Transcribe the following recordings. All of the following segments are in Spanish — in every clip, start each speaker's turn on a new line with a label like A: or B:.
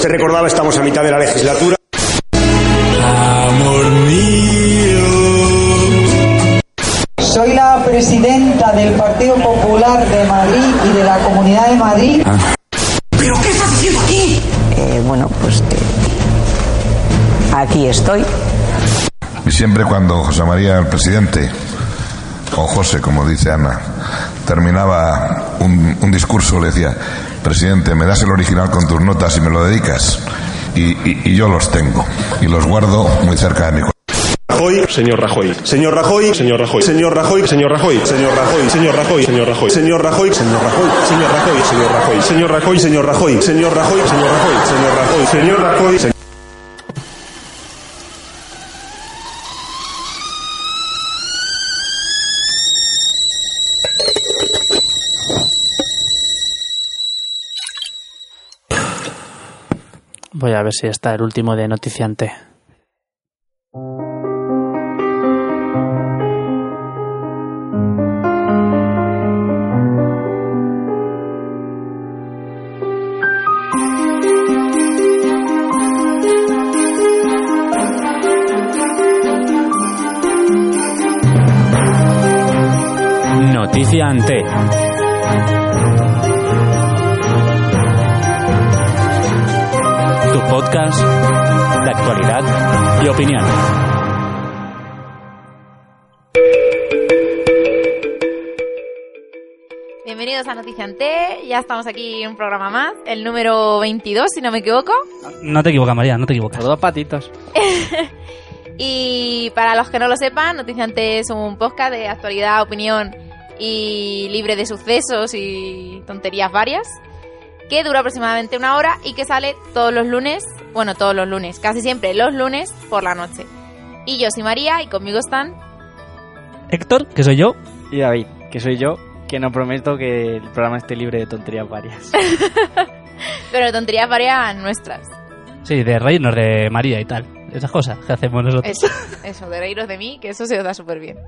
A: Se recordaba, estamos a mitad de la legislatura.
B: Amor mío.
C: Soy la presidenta del Partido Popular de Madrid y de la Comunidad de Madrid.
B: ¿Pero qué estás haciendo aquí?
C: Eh, bueno, pues que aquí estoy.
D: Y siempre cuando José María, el presidente, o José, como dice Ana, terminaba un, un discurso, le decía, presidente, me das el original con tus notas y me lo dedicas. Y, y- y yo los tengo y los guardo muy cerca de mi cuerpo.
A: Rajoy,
E: Señor Rajoy.
A: señor Rajoy,
E: Señor Rajoy.
A: señor Rajoy,
E: Señor Rajoy.
A: señor Rajoy,
E: Señor Rajoy. Señor Rajoy.
A: señor Rajoy, señor Rajoy, señor Rajoy, señor Rajoy, señor Rajoy, señor Rajoy, señor Rajoy, señor Rajoy, señor Rajoy, señor Rajoy, señor
F: Voy a ver si está el último de noticiante. Noticiante. Tu podcast de actualidad y opinión.
G: Bienvenidos a Noticiante, ya estamos aquí en un programa más, el número 22 si no me equivoco.
H: No te equivocas, María, no te equivocas.
F: dos patitos.
G: Y para los que no lo sepan, Noticiante es un podcast de actualidad, opinión y libre de sucesos y tonterías varias, que dura aproximadamente una hora y que sale todos los lunes, bueno, todos los lunes, casi siempre los lunes por la noche. Y yo soy María y conmigo están...
H: Héctor, que soy yo.
I: Y David, que soy yo, que no prometo que el programa esté libre de tonterías varias.
G: Pero tonterías varias nuestras.
H: Sí, de reírnos de María y tal. Esas cosas que hacemos nosotros.
G: Eso, eso, de reíros de mí, que eso se os da súper bien.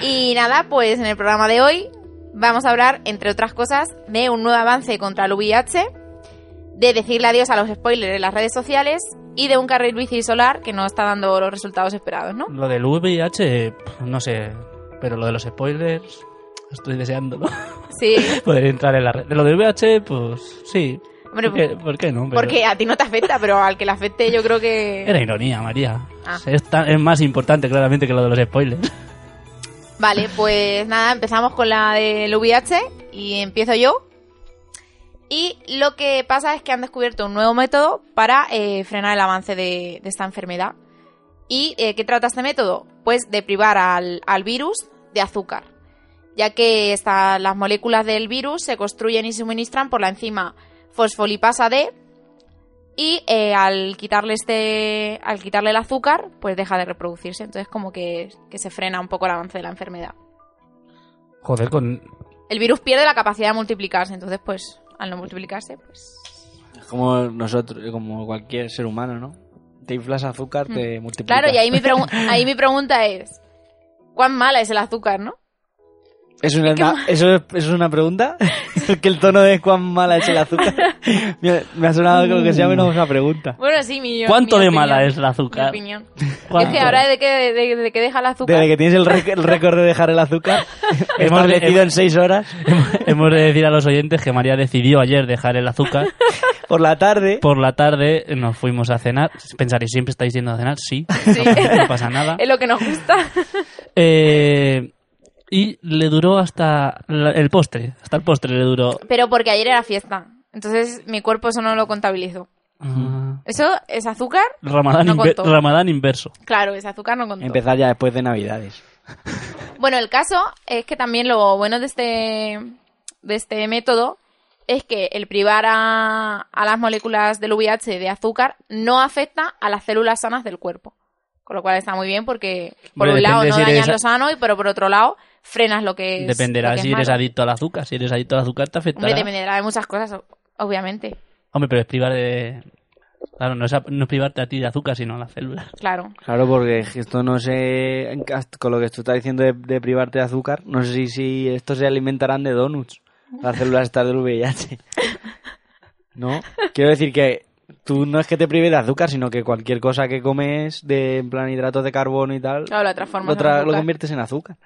G: Y nada, pues en el programa de hoy vamos a hablar, entre otras cosas, de un nuevo avance contra el VIH, de decirle adiós a los spoilers en las redes sociales y de un carril bici solar que no está dando los resultados esperados, ¿no?
H: Lo del VIH, pf, no sé. Pero lo de los spoilers, estoy deseándolo.
G: Sí,
H: Poder entrar en la red. De lo del VIH, pues sí.
G: hombre,
H: ¿Por qué, por qué no? Pero
G: porque a ti no te afecta, pero al que le afecte yo creo que...
H: Era ironía, María.
G: Ah.
H: Es, tan- es más importante claramente que lo de los spoilers.
G: Vale, pues nada, empezamos con la del VIH y empiezo yo. Y lo que pasa es que han descubierto un nuevo método para eh, frenar el avance de, de esta enfermedad. ¿Y eh, qué trata este método? Pues de privar al, al virus de azúcar, ya que esta- las moléculas del virus se construyen y suministran por la enzima fosfolipasa D y eh, al quitarle este al quitarle el azúcar pues deja de reproducirse entonces como que, que se frena un poco el avance de la enfermedad
H: Joder, con.
G: el virus pierde la capacidad de multiplicarse entonces pues al no multiplicarse pues
I: Es como nosotros, como cualquier ser humano, ¿no? Te inflas azúcar, te multiplicas.
G: Mm. claro y ahí mi, pregu- ahí mi pregunta es ¿cuán mala es el azúcar no?
I: ¿Es una, una- ¿eso, es, eso es una pregunta? que el tono de cuán mala es el azúcar. me, me ha sonado como que sea menos
G: Mm.
I: una pregunta.
G: bueno sí mi
H: ¿Cuánto
G: mi
H: de
G: opinión,
H: mala es el
G: mi
H: azúcar?
G: opinión es
H: ¿Cuánto?
G: que ahora de que, de- de que deja el azúcar
I: Desde que tienes el, rec- el récord de dejar el azúcar,
H: Hemos-
I: establecido en seis horas,
H: Hemos de decir a los oyentes que María decidió ayer dejar el azúcar.
I: por la tarde,
H: Por la tarde nos fuimos a cenar. Pensaréis, ¿siempre estáis yendo a cenar? Sí,
G: Sí.
H: No, pasa- no pasa nada.
G: es lo que nos gusta
H: Eh, y le duró hasta la- el postre, hasta el postre le duró.
G: pero porque ayer era fiesta entonces mi cuerpo eso no lo contabilizo
H: Ah,
G: eso es azúcar
H: Ramadán,
G: No
H: inver-
G: contó.
H: Ramadán inverso.
G: claro es azúcar no contó
I: empezar ya después de Navidades.
G: Bueno, el caso es que también lo bueno de este, de este método es que el privar a, a las moléculas del VIH de azúcar no afecta a las células sanas del cuerpo. Con lo cual está muy bien porque, por
H: Hombre,
G: un lado,
H: depende
G: no
H: si eres
G: dañas
H: a-
G: lo sano, y pero por otro lado, frenas lo que es.
H: Dependerá
G: lo que es
H: si eres
G: malo.
H: adicto al azúcar. Si eres adicto al azúcar te afectará.
G: Hombre, dependerá de muchas cosas, o- obviamente.
H: Hombre, pero es privar de... Claro, no es, a- no es privarte a ti de azúcar, sino a las células.
G: Claro.
I: Claro, porque esto no sé, con lo que tú estás diciendo de, de privarte de azúcar, no sé si, si estos se alimentarán de donuts, las células estas del VIH. No, quiero decir que tú no es que te prives de azúcar, sino que cualquier cosa que comes de en plan hidratos de carbono y tal,
G: Claro, la transformas
I: lo, tra-
G: en
I: lo
G: azúcar.
I: conviertes en azúcar.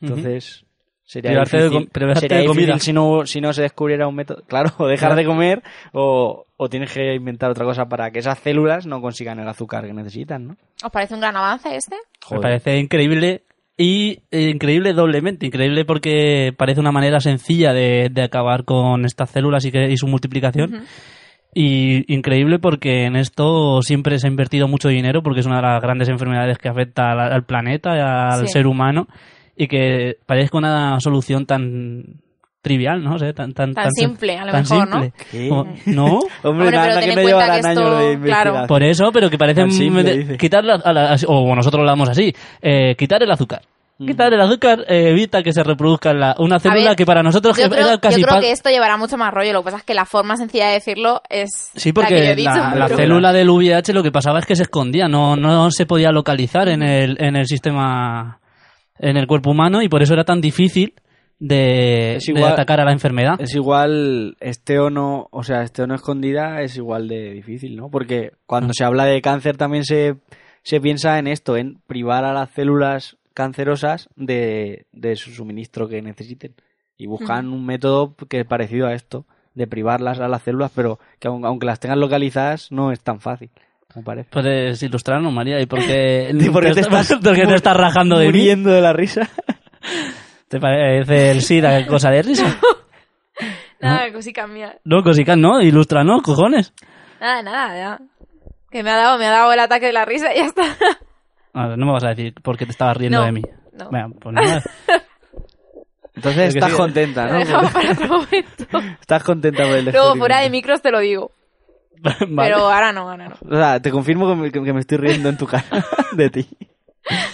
I: Entonces, sería
H: Privarte de
I: difícil,
H: com- privarte
I: sería
H: de
I: difícil
H: comida.
I: si no, si no se descubriera un método. Claro, o dejar
H: Claro.
I: de comer o, o tienes que inventar otra cosa para que esas células no consigan el azúcar que necesitan, ¿no?
G: ¿Os parece un gran avance este?
I: Joder.
H: Me parece increíble y eh, increíble doblemente. Increíble porque parece una manera sencilla de, de acabar con estas células y, que, y su multiplicación. Y increíble porque en esto siempre se ha invertido mucho dinero porque es una de las grandes enfermedades que afecta al, al planeta, al
G: Sí.
H: ser humano y que parezca una solución tan trivial, ¿no? O sea, tan, tan,
G: Tan
H: sen-
G: simple, a lo
H: tan
G: mejor, ¿no?
H: simple.
I: ¿Qué?
H: Como- ¿No?
I: Hombre,
G: Hombre, pero
I: nada,
G: ten
I: que
G: en
I: me
G: cuenta
I: llevarán
G: que
I: años
G: esto-
I: de
G: claro.
I: investigación.
H: Por eso, pero que parece
I: Tan simple,
H: de-
I: dice.
H: quitar la- a la- o bueno, nosotros lo hablamos así, eh, quitar el azúcar.
I: Mm.
H: Quitar el azúcar eh, evita que se reproduzca la- una célula
G: ver,
H: que para nosotros
G: Yo
H: que
G: creo,
H: era
G: yo
H: casi
G: creo
H: pa-
G: que esto llevará mucho más rollo. Lo que pasa es que la forma sencilla de decirlo es.
H: Sí,
G: la, que yo
H: porque
G: he dicho,
H: la, la
G: pero-
H: célula del VIH lo que pasaba es que se escondía, no, no se podía localizar en el, en el sistema, en el cuerpo humano y por eso era tan difícil de,
I: Es
H: de
I: igual-
H: atacar a la enfermedad.
I: Es igual, este o no, o sea, este o no escondida es igual de difícil, ¿no? Porque cuando se habla de cáncer también se, se piensa en esto, en privar a las células cancerosas de, de su suministro que necesiten. Y buscan un método que es parecido a esto, de privarlas a las células, pero que aun- aunque las tengan localizadas no es tan fácil, me parece.
H: Puedes ilustrarnos, María, y por qué,
I: ¿Y por qué te estás
H: porque te
I: mur-
H: estás rajando de mí.
I: Muriendo de la risa.
H: ¿Te parece el SIDA cosa de risa?
G: Nada, que sí cambia.
H: No, cosica, no, ilustra, no, cojones.
G: Nada, nada, ya. Que me ha dado, me ha dado el ataque de la risa y ya está.
H: A ver, Ah, no me vas a decir por qué te estabas riendo
G: No,
H: de mí.
G: no.
H: Venga, pues nada.
I: Entonces
H: que
I: estás
H: sí.
I: contenta,
G: Lo dejamos
I: ¿no?
G: para otro momento.
I: Estás contenta por el
G: Luego, fuera de
I: descubrimiento.
G: micros te lo digo.
H: Vale.
G: Pero ahora no, ahora no.
I: O sea, te confirmo que me, que- que me estoy riendo en tu cara de ti.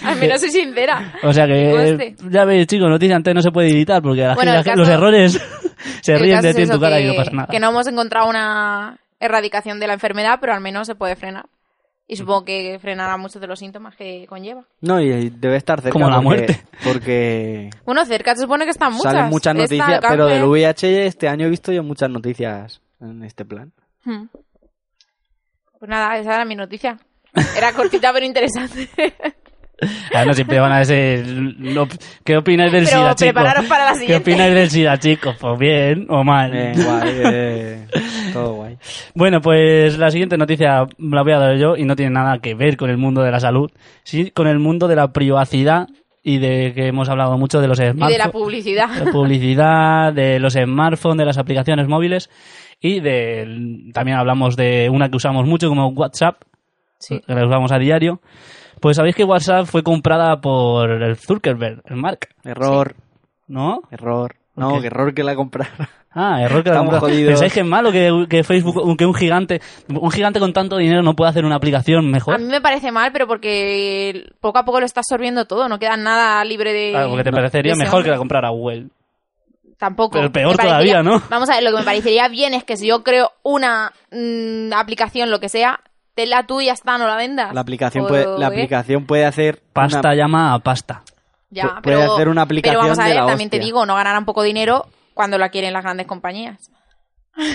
G: Al menos soy sincera.
H: O sea que,
G: Conste.
H: ya veis, chicos, noticia antes no se puede editar porque la-
G: este. Bueno, el
H: la-
G: caso-
H: los errores se
G: El
H: ríen
G: caso
H: de
G: es
H: ti en tu
G: eso,
H: cara y
G: que-
H: no pasa nada.
G: Que no hemos encontrado una erradicación de la enfermedad, pero al menos se puede frenar. Y supongo que frenará muchos de los síntomas que conlleva.
I: No, y- y debe estar cerca.
H: Como la
I: porque-
H: muerte.
I: Porque
G: Bueno, cerca se supone que están Ah, muchas.
I: salen muchas
G: Está
I: noticias,
G: el
I: pero
G: cáncer.
I: del VIH este año he visto yo muchas noticias en este plan.
G: Hmm. Pues nada, esa era mi noticia. Era cortita pero interesante.
H: Ah, no, siempre van a ser... no, ¿Qué opináis del
G: Pero
H: SIDA, chicos?
G: prepararos para la
H: ¿Qué
G: siguiente.
H: opináis del SIDA, chicos? Pues bien o mal.
I: Eh, guay, eh, todo guay.
H: Bueno, pues la siguiente noticia la voy a dar yo y no tiene nada que ver con el mundo de la salud, sí con el mundo de la privacidad y de que hemos hablado mucho de los
G: y
H: smartphones.
G: de la publicidad.
H: la publicidad, de los smartphones, de las aplicaciones móviles y de, también hablamos de una que usamos mucho como WhatsApp,
G: Sí.
H: que la usamos a diario. Pues sabéis que WhatsApp fue comprada por el Zuckerberg, el Mark,
I: Error,
H: ¿no?
I: error. No,
H: Ok.
I: que error que la compraron.
H: Ah, error que la
I: Estamos
H: compra-
I: jodidos.
H: ¿Pensáis que es malo que, que Facebook, que un gigante, un gigante con tanto dinero no pueda hacer una aplicación
G: A
H: mejor?
G: mí me parece mal, pero porque poco a poco lo está absorbiendo todo, no queda nada libre de.
H: Claro, porque te
G: de
H: parecería
G: ese
H: mejor que
G: hombre.
H: la comprara Google.
G: Tampoco.
H: pero peor
G: Me parecería-
H: todavía, ¿no?
G: Vamos a ver, lo que me parecería bien es que si yo creo una mm, aplicación, lo que sea, te la tú y ya está, no la vendas.
I: La aplicación
G: O-
I: puede,
G: ¿eh?
I: la aplicación puede hacer
H: Pasta
I: una-
H: llama a pasta.
G: Ya,
I: pu- puede hacer una aplicación
G: Pero vamos a
I: de
G: ver,
I: la
G: también te
I: hostia.
G: digo, no ganarán poco dinero cuando la quieren las grandes compañías.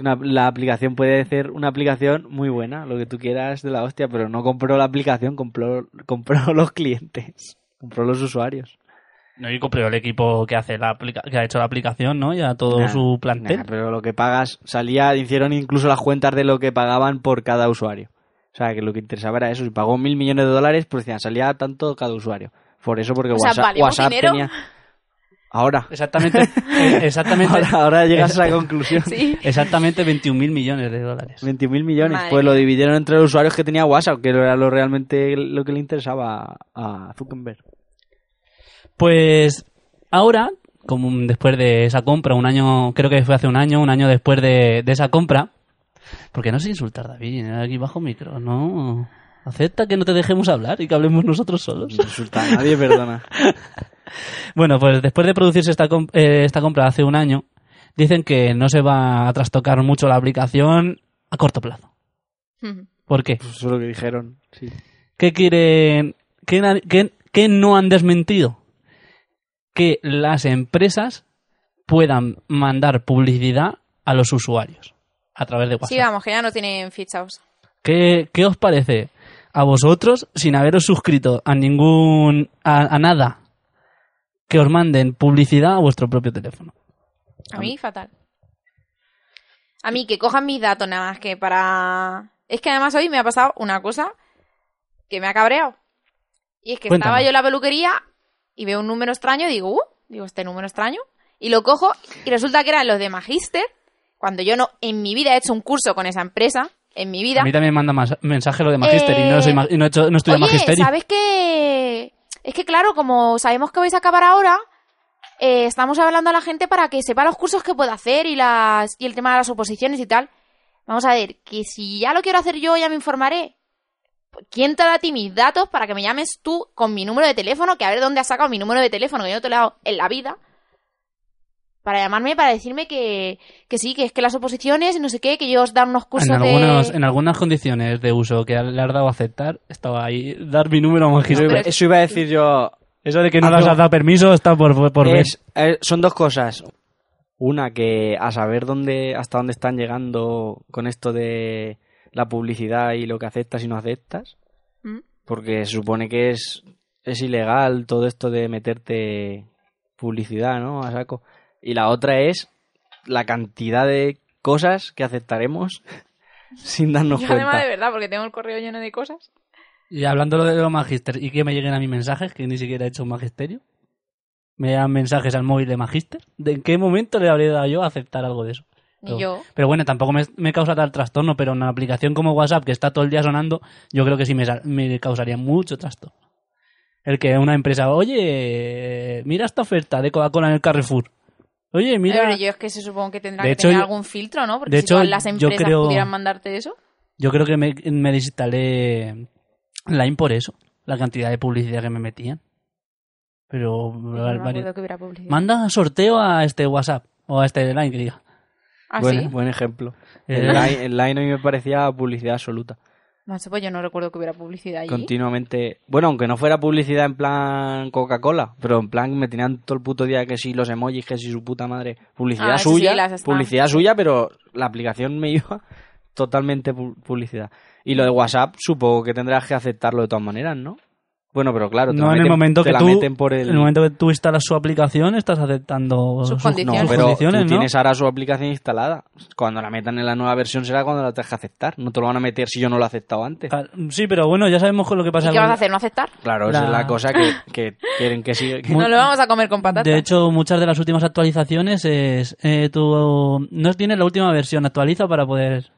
I: una- la aplicación puede hacer una aplicación muy buena, lo que tú quieras de la hostia, pero no compró la aplicación, compró, compró los clientes, compró los usuarios.
H: No, yo compré el equipo que hace la aplica- que ha hecho la aplicación, ¿no? Y a todo
I: Nah,
H: su plantel.
I: nah, pero lo que pagas salía, hicieron incluso las cuentas de lo que pagaban por cada usuario. O sea, que lo que interesaba era eso. Si pagó mil millones de dólares, pues decían, salía tanto cada usuario. Por eso, porque
G: O sea,
I: WhatsApp,
G: ¿valemos
I: WhatsApp
G: dinero?
I: tenía. Ahora.
H: Exactamente, eh, exactamente,
I: Ahora, ahora llegas a la conclusión.
G: Sí.
H: exactamente 21 mil millones de dólares.
I: 21 mil millones.
G: Madre
I: pues lo
G: mía.
I: dividieron entre los usuarios que tenía WhatsApp, que era lo realmente lo que le interesaba a Zuckerberg.
H: Pues ahora como un- después de esa compra, un año, creo que fue hace un año, un año después de, de esa compra. Porque no sé insultar, David, aquí bajo micro, no. Acepta que no te dejemos hablar y que hablemos nosotros solos.
I: No insulta a nadie, perdona.
H: Bueno, pues después de producirse esta, com- eh, esta compra hace un año, dicen que no se va a trastocar mucho la aplicación a corto plazo.
G: Ujú.
H: ¿Por qué?
I: Pues eso es lo que dijeron. Sí.
H: ¿Qué quieren? ¿Qué, na- qué- qué no han desmentido? Que las empresas puedan mandar publicidad a los usuarios a través de
G: Sí,
H: WhatsApp.
G: vamos, que ya no tienen fichados.
H: ¿Qué, qué os parece a vosotros sin haberos suscrito a ningún a, a nada que os manden publicidad a vuestro propio teléfono?
G: A mí, fatal. A mí, que cojan mis datos nada más que para... Es que además hoy me ha pasado una cosa que me ha cabreado. Y es que
H: Cuéntame.
G: estaba yo en la peluquería y veo un número extraño y digo, uh, digo, este número extraño. Y lo cojo y resulta que eran los de Magister, cuando yo no, en mi vida he hecho un curso con esa empresa, en mi vida.
H: A mí también manda mas- mensaje lo de Magister y no, soy ma- y no, he hecho- no estudio
G: Eh, Oye,
H: Magisterio.
G: ¿sabes qué? Es que claro, como sabemos que vais a acabar ahora, eh, estamos hablando a la gente para que sepa los cursos que puede hacer y, las, y el tema de las oposiciones y tal. Vamos a ver, que si ya lo quiero hacer yo, ya me informaré. ¿Quién te da a ti mis datos para que me llames tú con mi número de teléfono? Que a ver dónde has sacado mi número de teléfono, que yo no te lo he dado en la vida. Para llamarme, para decirme que, que sí, que es que las oposiciones, no sé qué, que yo os dan unos cursos
H: En, algunos-
G: de...
H: en algunas condiciones de uso que le has dado a aceptar, estaba ahí dar mi número a Magister.
G: pero es-
I: Eso iba a decir yo.
H: Eso de que no
I: Ah,
H: las
I: no.
H: has dado permiso está por, por ver.
I: Es- eh, son dos cosas. Una, que a saber dónde, hasta dónde están llegando con esto de la publicidad y lo que aceptas y no aceptas.
G: ¿Mm?
I: Porque se supone que es, es ilegal todo esto de meterte publicidad, ¿no? A saco. Y la otra es la cantidad de cosas que aceptaremos sin darnos
G: Yo además
I: cuenta.
G: de verdad, porque tengo el correo lleno de cosas.
H: Y hablando de los Magister y que me lleguen a mis mensajes, que ni siquiera he hecho un magisterio, me dan mensajes al móvil de Magister. ¿De en qué momento le habría dado yo a aceptar algo de eso?
G: Ni
H: Pero,
G: yo.
H: pero bueno, tampoco me, me causa tal trastorno, pero una aplicación como WhatsApp que está todo el día sonando, yo creo que sí me, sa- me causaría mucho trastorno. El que una empresa, oye, mira esta oferta de Coca-Cola en el Carrefour. Oye,
G: A
H: mira.
G: ver, yo es que se supongo que tendrá
H: De
G: que
H: hecho,
G: tener
H: yo-
G: algún filtro, ¿no? Porque
H: de
G: si
H: hecho,
G: todas las
H: yo
G: empresas
H: creo-
G: pudieran mandarte eso.
H: Yo creo que me, me desinstalé Line por eso, la cantidad de publicidad que me metían. Pero
G: Yo
H: vari-
G: Pues no me acuerdo que hubiera publicidad.
H: manda sorteo a este WhatsApp o a este Line que diga.
G: ¿Ah,
I: Buen-
G: sí?
I: buen ejemplo.
H: Eh,
I: El line, el Line a mí me parecía publicidad absoluta.
G: No sé, pues yo no recuerdo que hubiera publicidad allí.
I: continuamente. Bueno, aunque no fuera publicidad en plan Coca-Cola, pero en plan me tenían todo el puto día que sí, los emojis, que sí, su puta madre. Publicidad
G: Ah, sí,
I: suya,
G: las spam.
I: publicidad suya, pero la aplicación me iba totalmente pu- publicidad. Y lo de WhatsApp, supongo que tendrás que aceptarlo de todas maneras, ¿no? Bueno, pero claro, te,
H: no
I: la,
H: en el
I: meten,
H: momento
I: te
H: que
I: la
H: tú,
I: meten por el.
H: en el momento que tú instalas su aplicación, estás aceptando
G: Sus
H: sus
I: no,
G: condiciones.
H: sus
I: pero
H: condiciones,
I: tú
H: ¿no?
I: tienes ahora su aplicación instalada. Cuando la metan en la nueva versión será cuando la tengas que aceptar. No te lo van a meter si yo no lo he aceptado antes.
H: Claro, Sí, pero bueno, ya sabemos con lo que
G: ¿Y
H: pasa.
G: qué vas a
H: con-
G: hacer? ¿No aceptar?
I: Claro, esa es
H: La-
I: la cosa que, que quieren que siga. que-
G: No lo vamos a comer con patatas.
H: De hecho, muchas de las últimas actualizaciones es eh, tú no tienes la última versión, actualiza para poder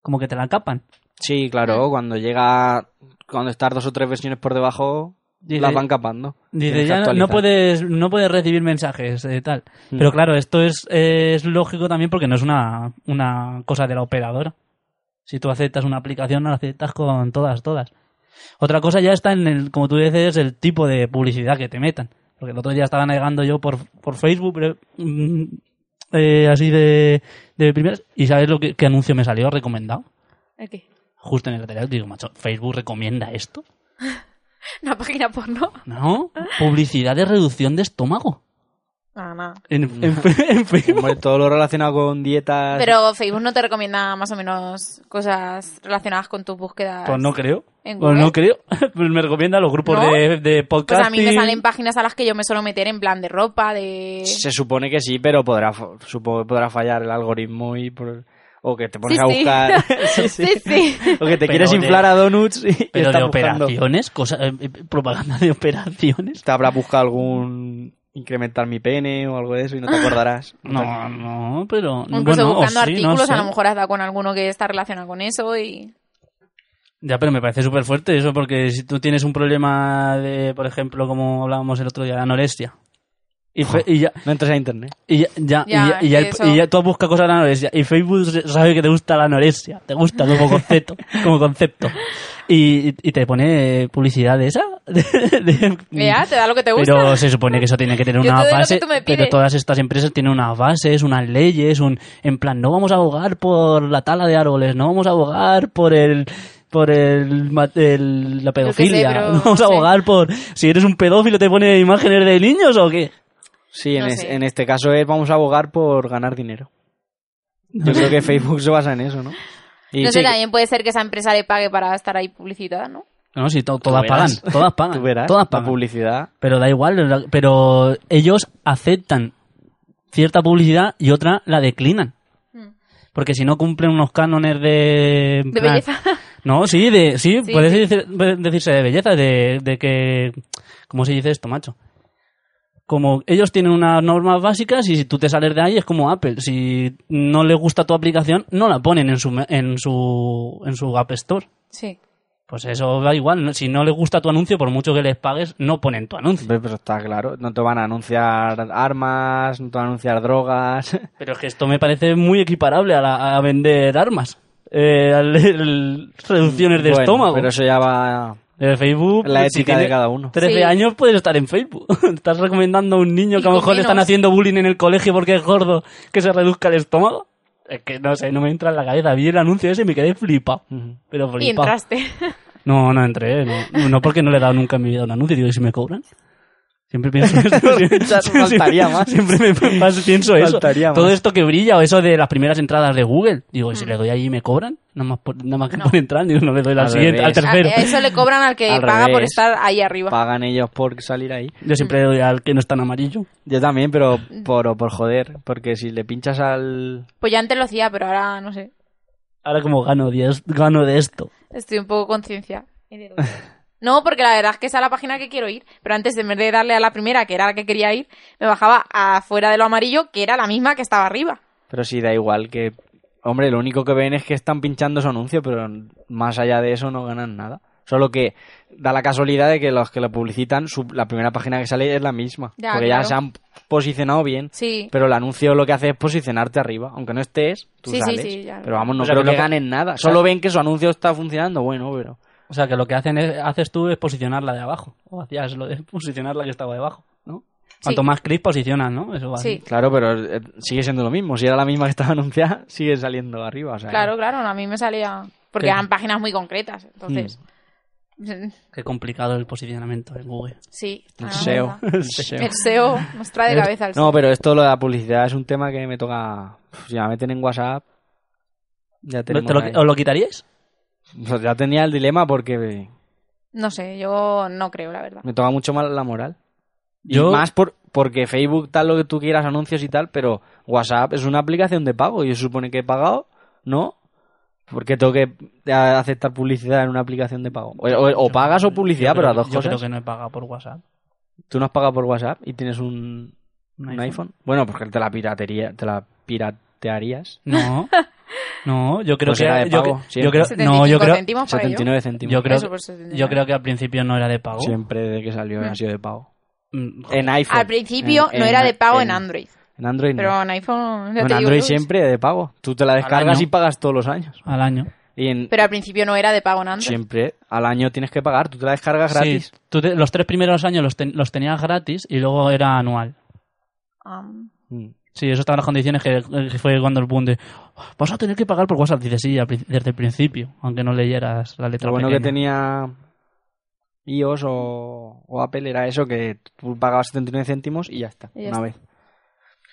H: como que te la capan.
I: Sí, claro, cuando llega, cuando estás dos o tres versiones por debajo,
H: Dice-
I: las van capando.
H: Dice,
I: Tienes que
H: ya no- no
I: actualizar.
H: puedes, no puedes recibir mensajes, eh, tal.
I: Mm.
H: Pero claro, esto es, es lógico también porque no es una, una cosa de la operadora. Si tú aceptas una aplicación, no la aceptas con todas, todas. Otra cosa ya está en el, como tú dices, el tipo de publicidad que te metan. Porque el otro día estaba navegando yo por, por Facebook, pero, mm, eh, así de, de primeras, y ¿sabes lo que, qué anuncio me salió recomendado?
G: ¿El qué?
H: Justo en el teléfono, digo, macho, ¿Facebook recomienda esto?
G: ¿Una página porno?
H: No, publicidad de reducción de estómago.
G: Nada, nada.
H: En, en, en Facebook.
I: Hombre, todo lo relacionado con dietas.
G: Pero Facebook no te recomienda más o menos cosas relacionadas con tus búsquedas.
H: Pues no creo.
G: ¿En
H: Pues
G: Google?
H: no creo. Pues me recomienda los grupos
G: ¿No?
H: de, de
G: Pues
H: podcast.
G: a mí me salen páginas a las que yo me suelo meter en plan de ropa, de...
I: Se supone que sí, pero podrá, fa- supongo que podrá fallar el algoritmo y por- o que te pones
G: Sí,
I: a
G: sí.
I: buscar. Sí, sí.
G: Sí, sí.
I: O que te
H: Pero
I: quieres
H: de-
I: inflar a donuts y, y
H: Pero
I: estás
H: de
I: buscando-
H: operaciones, cosa, eh, eh, propaganda de operaciones.
I: Te habrá buscado algún incrementar mi pene o algo de eso y no te acordarás.
H: No, no, pero.
G: O Incluso
H: bueno, o
G: buscando
H: sí, no
G: artículos, a
H: sé.
G: lo mejor has dado con alguno que está relacionado con eso y...
H: Ya, pero me parece súper fuerte eso, porque si tú tienes un problema de, por ejemplo, como hablábamos el otro día, la anorexia, Y, fe- y ya,
I: No entres a internet.
H: y ya, ya- y
G: Ya,
H: ya- y ya
G: es que
H: el-
G: eso-
H: y ya tú buscas cosas de la anorexia. Y Facebook se- sabe que te gusta la anorexia. Te gusta como concepto. como concepto. Y, y- y te pone publicidad de esa. de- de-
G: Ya, te da lo que te gusta.
H: Mm. Pero se supone que eso tiene que tener
G: Yo te
H: una
G: doy lo que
H: base.
G: tú me
H: Pero
G: pides.
H: todas estas empresas tienen unas bases, unas leyes, un en plan, no vamos a abogar por la tala de árboles, no vamos a abogar por el por el, ma- el- la
G: qué sé,
H: pedofilia,
G: pero
H: no vamos a
G: no sé.
H: abogar por si eres un pedófilo te pone imágenes de niños o qué.
I: Sí, en,
G: No
I: es-
G: sé.
I: en este caso es vamos a abogar por ganar dinero. Yo creo que Facebook se basa en eso, ¿no? Y
G: no sé,
I: sí,
G: también puede ser que esa empresa le pague para estar ahí publicitada, ¿no?
H: No, si to-
I: tú
H: todas pagan,
I: verás.
H: todas pagan,
I: Tú verás,
H: todas
I: la
H: pagan.
I: publicidad.
H: Pero da igual, la- pero ellos aceptan cierta publicidad y otra la declinan. Porque si no cumplen unos cánones de... en
G: Hmm. De
H: plan-
G: belleza.
H: No, sí, de, sí,
G: Sí,
H: puede
G: sí.
H: decir- puede decirse de belleza, de, de que... ¿Cómo se dice esto, macho? Como ellos tienen unas normas básicas y si tú te sales de ahí es como Apple. Si no les gusta tu aplicación, no la ponen en su, me- en su, en su App Store.
G: Sí.
H: Pues eso da igual. ¿no? Si no les gusta tu anuncio, por mucho que les pagues, no ponen tu anuncio.
I: Hombre, Pero está claro, no te van a anunciar armas, no te van a anunciar drogas.
H: Pero es que esto me parece muy equiparable a, la- a vender armas. Eh, al- el- reducciones de
I: Bueno,
H: estómago.
I: Pero eso ya va...
H: De Facebook.
I: La
H: si
I: ética de
H: tiene
I: cada uno.
H: 13
G: Sí.
H: años puedes estar en Facebook. ¿Estás recomendando a un niño
G: Y
H: que a lo
G: con
H: mejor le están
G: menos.
H: haciendo bullying en el colegio porque es gordo que se reduzca el estómago? Es que no sé, no me entra en la cabeza. Vi el anuncio ese y me quedé flipado. Pero flipado.
G: Y entraste.
H: No, no entré. No, No, porque no le he dado nunca en mi vida un anuncio. Digo, ¿y si me cobran? Siempre pienso eso.
I: Ya faltaría más.
H: Siempre me más pienso eso.
I: Faltaría más.
H: Todo esto que brilla o eso de las primeras entradas de Google. Digo, ¿y si le doy ahí me cobran? Nada más, por- nada más que por entrar. Digo, no le doy al
I: Mm. Al
H: siguiente,
I: revés.
H: al tercero.
G: A- a Ah, eso le cobran al que
I: Al
G: paga por
I: revés.
G: estar ahí arriba.
I: Pagan ellos por salir ahí.
H: Yo siempre le doy al que no está en amarillo.
I: Yo también, pero
G: Mm.
I: por, por joder, porque si le pinchas al...
G: Pues ya antes lo hacía, pero ahora no sé.
H: Ahora como gano, diez- gano de esto.
G: Estoy un poco conciencia. No, porque la verdad es que esa es la página que quiero ir. Pero antes, en vez de darle a la primera, que era la que quería ir, me bajaba afuera de lo amarillo, que era la misma que estaba arriba.
I: Pero sí, da igual que... Hombre, lo único que ven es que están pinchando su anuncio, pero más allá de eso no ganan nada. Solo que da la casualidad de que los que lo publicitan, su- la primera página que sale es la misma.
G: Ya,
I: porque
G: claro.
I: ya se han posicionado bien.
G: Sí.
I: Pero el anuncio lo que hace es posicionarte arriba. Aunque no estés, tú
G: Sí, sí,
I: sales.
G: sí, ya.
I: Pero vamos, no
H: O sea,
I: creo
H: que lo
I: que,
H: que-
I: ganen nada.
H: o sea-
I: Solo ven que su anuncio está funcionando. Bueno, pero...
H: O sea, que lo que hacen es- haces tú es posicionar la de abajo. O hacías lo de posicionar la que estaba debajo, ¿no? Cuanto más clics posicionas, ¿no? Eso va.
G: Sí,
I: Claro, pero eh, sigue siendo lo mismo. Si era la misma que estaba anunciada, sigue saliendo arriba. O sea,
G: claro, claro. A mí me salía. Porque
H: Sí.
G: eran páginas muy
I: Mm.
G: concretas. Entonces.
H: Qué complicado el posicionamiento en Google.
G: Sí.
I: El
G: ah,
I: SEO.
G: verdad.
I: El SEO.
G: El SEO nos trae de cabeza el SEO.
I: No, pero esto lo de la publicidad es un tema que me toca. Si me meten en WhatsApp, ya
H: ¿Te
I: tenemos.
H: lo,
I: ahí.
H: ¿Os lo quitaríais?
I: O sea, ya tenía el dilema porque
G: No sé, yo no creo, la verdad.
I: me toca mucho más la moral. Y
H: Yo-
I: más por, porque Facebook, tal lo que tú quieras, anuncios y tal, pero WhatsApp es una aplicación de pago. Y se supone que he pagado, ¿no? Porque tengo que a- aceptar publicidad en una aplicación de pago. O, o- o pagas o publicidad,
H: Yo
I: pero
H: creo-
I: las dos
H: Yo creo
I: cosas.
H: que no he pagado por WhatsApp.
I: Tú no has pagado por WhatsApp y tienes un,
H: Un
I: un iPhone. Bueno, porque te la piratería, te la piratearías.
H: No. No, yo creo
I: Pues era
H: que.
I: de
H: Yo,
I: pago,
H: que- yo
I: siempre.
H: creo, no, yo
G: 75
H: creo.
G: céntimos para ello.
I: 79 céntimos.
H: Yo creo,
G: Eso por 79.
H: yo creo que al principio no era de pago.
I: Siempre desde que salió ha sido de pago.
H: Mm,
I: En iPhone.
G: Al principio
I: En-
G: no
I: en-
G: era de pago en, Android.
I: En Android no.
G: Pero en iPhone. ya
I: en
G: te digo
I: Android
G: yo,
I: siempre de pago. Tú te la descargas
H: año.
I: y pagas todos los años.
H: Al año.
I: Y en
G: Pero al principio no era de pago en Android.
I: siempre al año tienes que pagar. Tú te la descargas gratis.
H: Sí, tú te- los tres primeros años los, ten- los tenías gratis y luego era anual.
G: Ah,
I: Mm.
H: Sí, eso estaban las condiciones que, que fue cuando el boom de "Oh, vas a tener que pagar por WhatsApp. Dice sí, al pri- desde el principio, aunque no leyeras la letra
I: Lo bueno que
H: pequeña.
I: tenía iOS o, o Apple era eso, que tú pagabas 79 céntimos y ya está.
G: Y ya
I: una vez.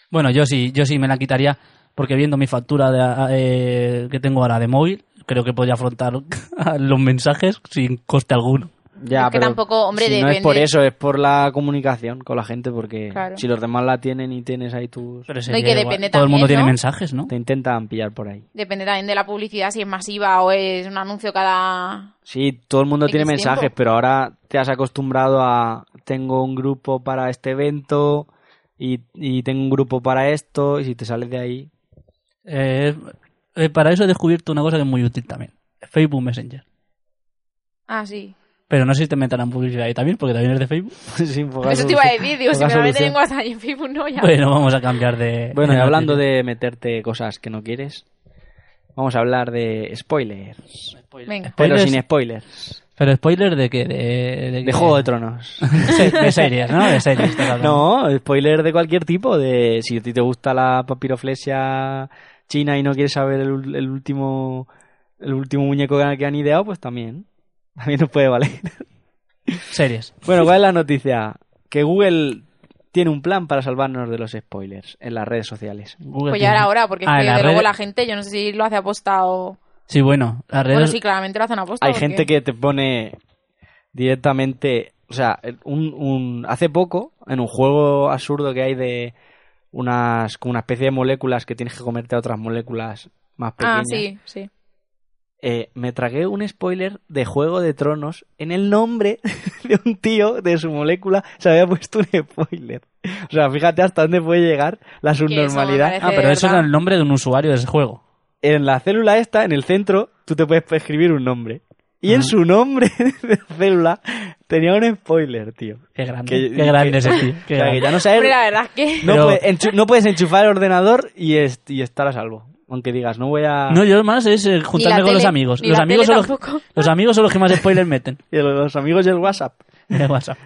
H: Bueno, yo sí, yo sí me la quitaría porque viendo mi factura de, eh, que tengo ahora de móvil, creo que podría afrontar los mensajes sin coste alguno.
I: Ya,
G: Es que
I: pero
G: tampoco, hombre,
I: si no es por
G: depende.
I: eso, es por la comunicación con la gente, porque
G: Claro.
I: si los demás la tienen y tienes ahí tus...
H: Pero
G: No, y
H: sería
G: que
H: igual.
G: depende
H: Todo el mundo
G: también,
H: tiene
G: ¿no?
H: mensajes, ¿no?
I: Te intentan pillar por ahí.
G: Depende también de la publicidad, si es masiva o es un anuncio cada.
I: Sí, todo el mundo tiene
G: X tiempo.
I: mensajes, pero ahora te has acostumbrado a tengo un grupo para este evento y, y tengo un grupo para esto y si te sales de ahí...
H: Eh, eh, para eso he descubierto una cosa que es muy útil también. Facebook Messenger.
G: Ah, sí.
H: Pero no sé si te meterán publicidad ahí también, porque también es de Facebook.
I: Sin pues poca
G: Eso te iba a
I: solución.
G: decir, digo, si
I: Poca
G: me la meten
I: solución.
G: en WhatsApp y en Facebook, no, ya.
H: Bueno, vamos a cambiar de...
I: Bueno, y
H: de
I: hablando
H: noticia.
I: de meterte cosas que no quieres, vamos a hablar de spoilers.
G: Venga.
I: Pero
H: Spoilers.
I: sin spoilers.
H: ¿Pero spoiler de qué? De,
I: De Juego de Tronos.
H: de, de series, ¿no? De series. estás hablando.
I: No, spoiler de cualquier tipo. De si a ti te gusta la papiroflesia china y no quieres saber el, ul- el último el último muñeco que han- que han ideado, pues también. También nos puede valer.
H: Series.
I: Bueno, ¿cuál es la noticia? Que Google tiene un plan para salvarnos de los spoilers en las redes sociales.
H: Google
G: Pues ya era
H: tiene-
G: hora, porque es
H: Ah,
G: que
H: en las
G: de luego
H: redes-
G: la gente, yo no sé si lo hace aposta o.
H: Sí, bueno. Las redes...
G: Bueno, sí, claramente lo hacen aposta.
I: Hay
G: porque-
I: gente que te pone directamente, o sea, un, un- hace poco en un juego absurdo que hay de unas como una especie de moléculas que tienes que comerte a otras moléculas más pequeñas.
G: Ah, sí, sí.
I: eh, me tragué un spoiler de Juego de Tronos en el nombre de un tío de su molécula se había puesto un spoiler. O sea, fíjate hasta dónde puede llegar la
G: me
I: subnormalidad.
G: parece-
H: Ah, pero
G: de
H: eso
G: verdad.
H: era el nombre de un usuario de ese juego.
I: En la célula esta, en el centro, tú te puedes escribir un nombre. Y en
H: Ah.
I: su nombre de célula tenía un spoiler, tío.
H: Qué grande.
I: Que-
H: qué grande
I: que-
H: ese tío. Qué
I: o sea, que
H: grande.
I: ya no
G: Hombre,
I: sabes...
G: la verdad es que.
I: No,
H: Pero-
I: puede- enchu- no puedes enchufar el ordenador y, est- y estar a salvo. Aunque digas, no voy a...
H: No, yo más es eh, juntarme
G: la
H: con los
G: tele,
H: amigos.
G: ni
H: Los
G: la
H: amigos, son
G: tele
H: los,
G: tampoco.
H: los amigos son los que más spoilers meten
I: y los amigos del WhatsApp.
H: en el WhatsApp.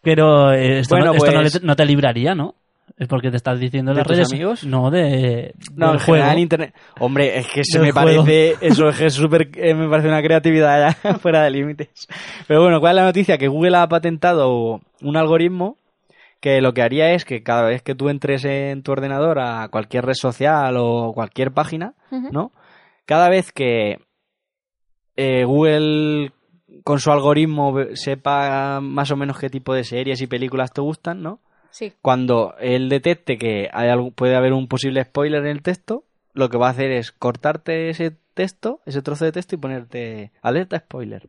H: Pero eh, esto,
I: Bueno,
H: no, esto no
I: pues-
H: le- no te libraría, ¿no? Es porque te estás diciendo en
I: ¿De
H: las
I: tus
H: redes.
I: amigos?
H: No, de.
I: No,
H: del
I: en
H: juego.
I: general en internet. Hombre, es que se
H: Del
I: me
H: juego.
I: parece. Eso es que es súper. eh, me parece una creatividad ya fuera de límites. Pero bueno, ¿cuál es la noticia? Que Google ha patentado un algoritmo que lo que haría es que cada vez que tú entres en tu ordenador a cualquier red social o cualquier página,
G: Ujú.
I: ¿no? Cada vez que eh, Google con su algoritmo ve- sepa más o menos qué tipo de series y películas te gustan, ¿no?
G: Sí.
I: cuando él detecte que hay algo- puede haber un posible spoiler en el texto, lo que va a hacer es cortarte ese texto, ese trozo de texto y ponerte alerta spoiler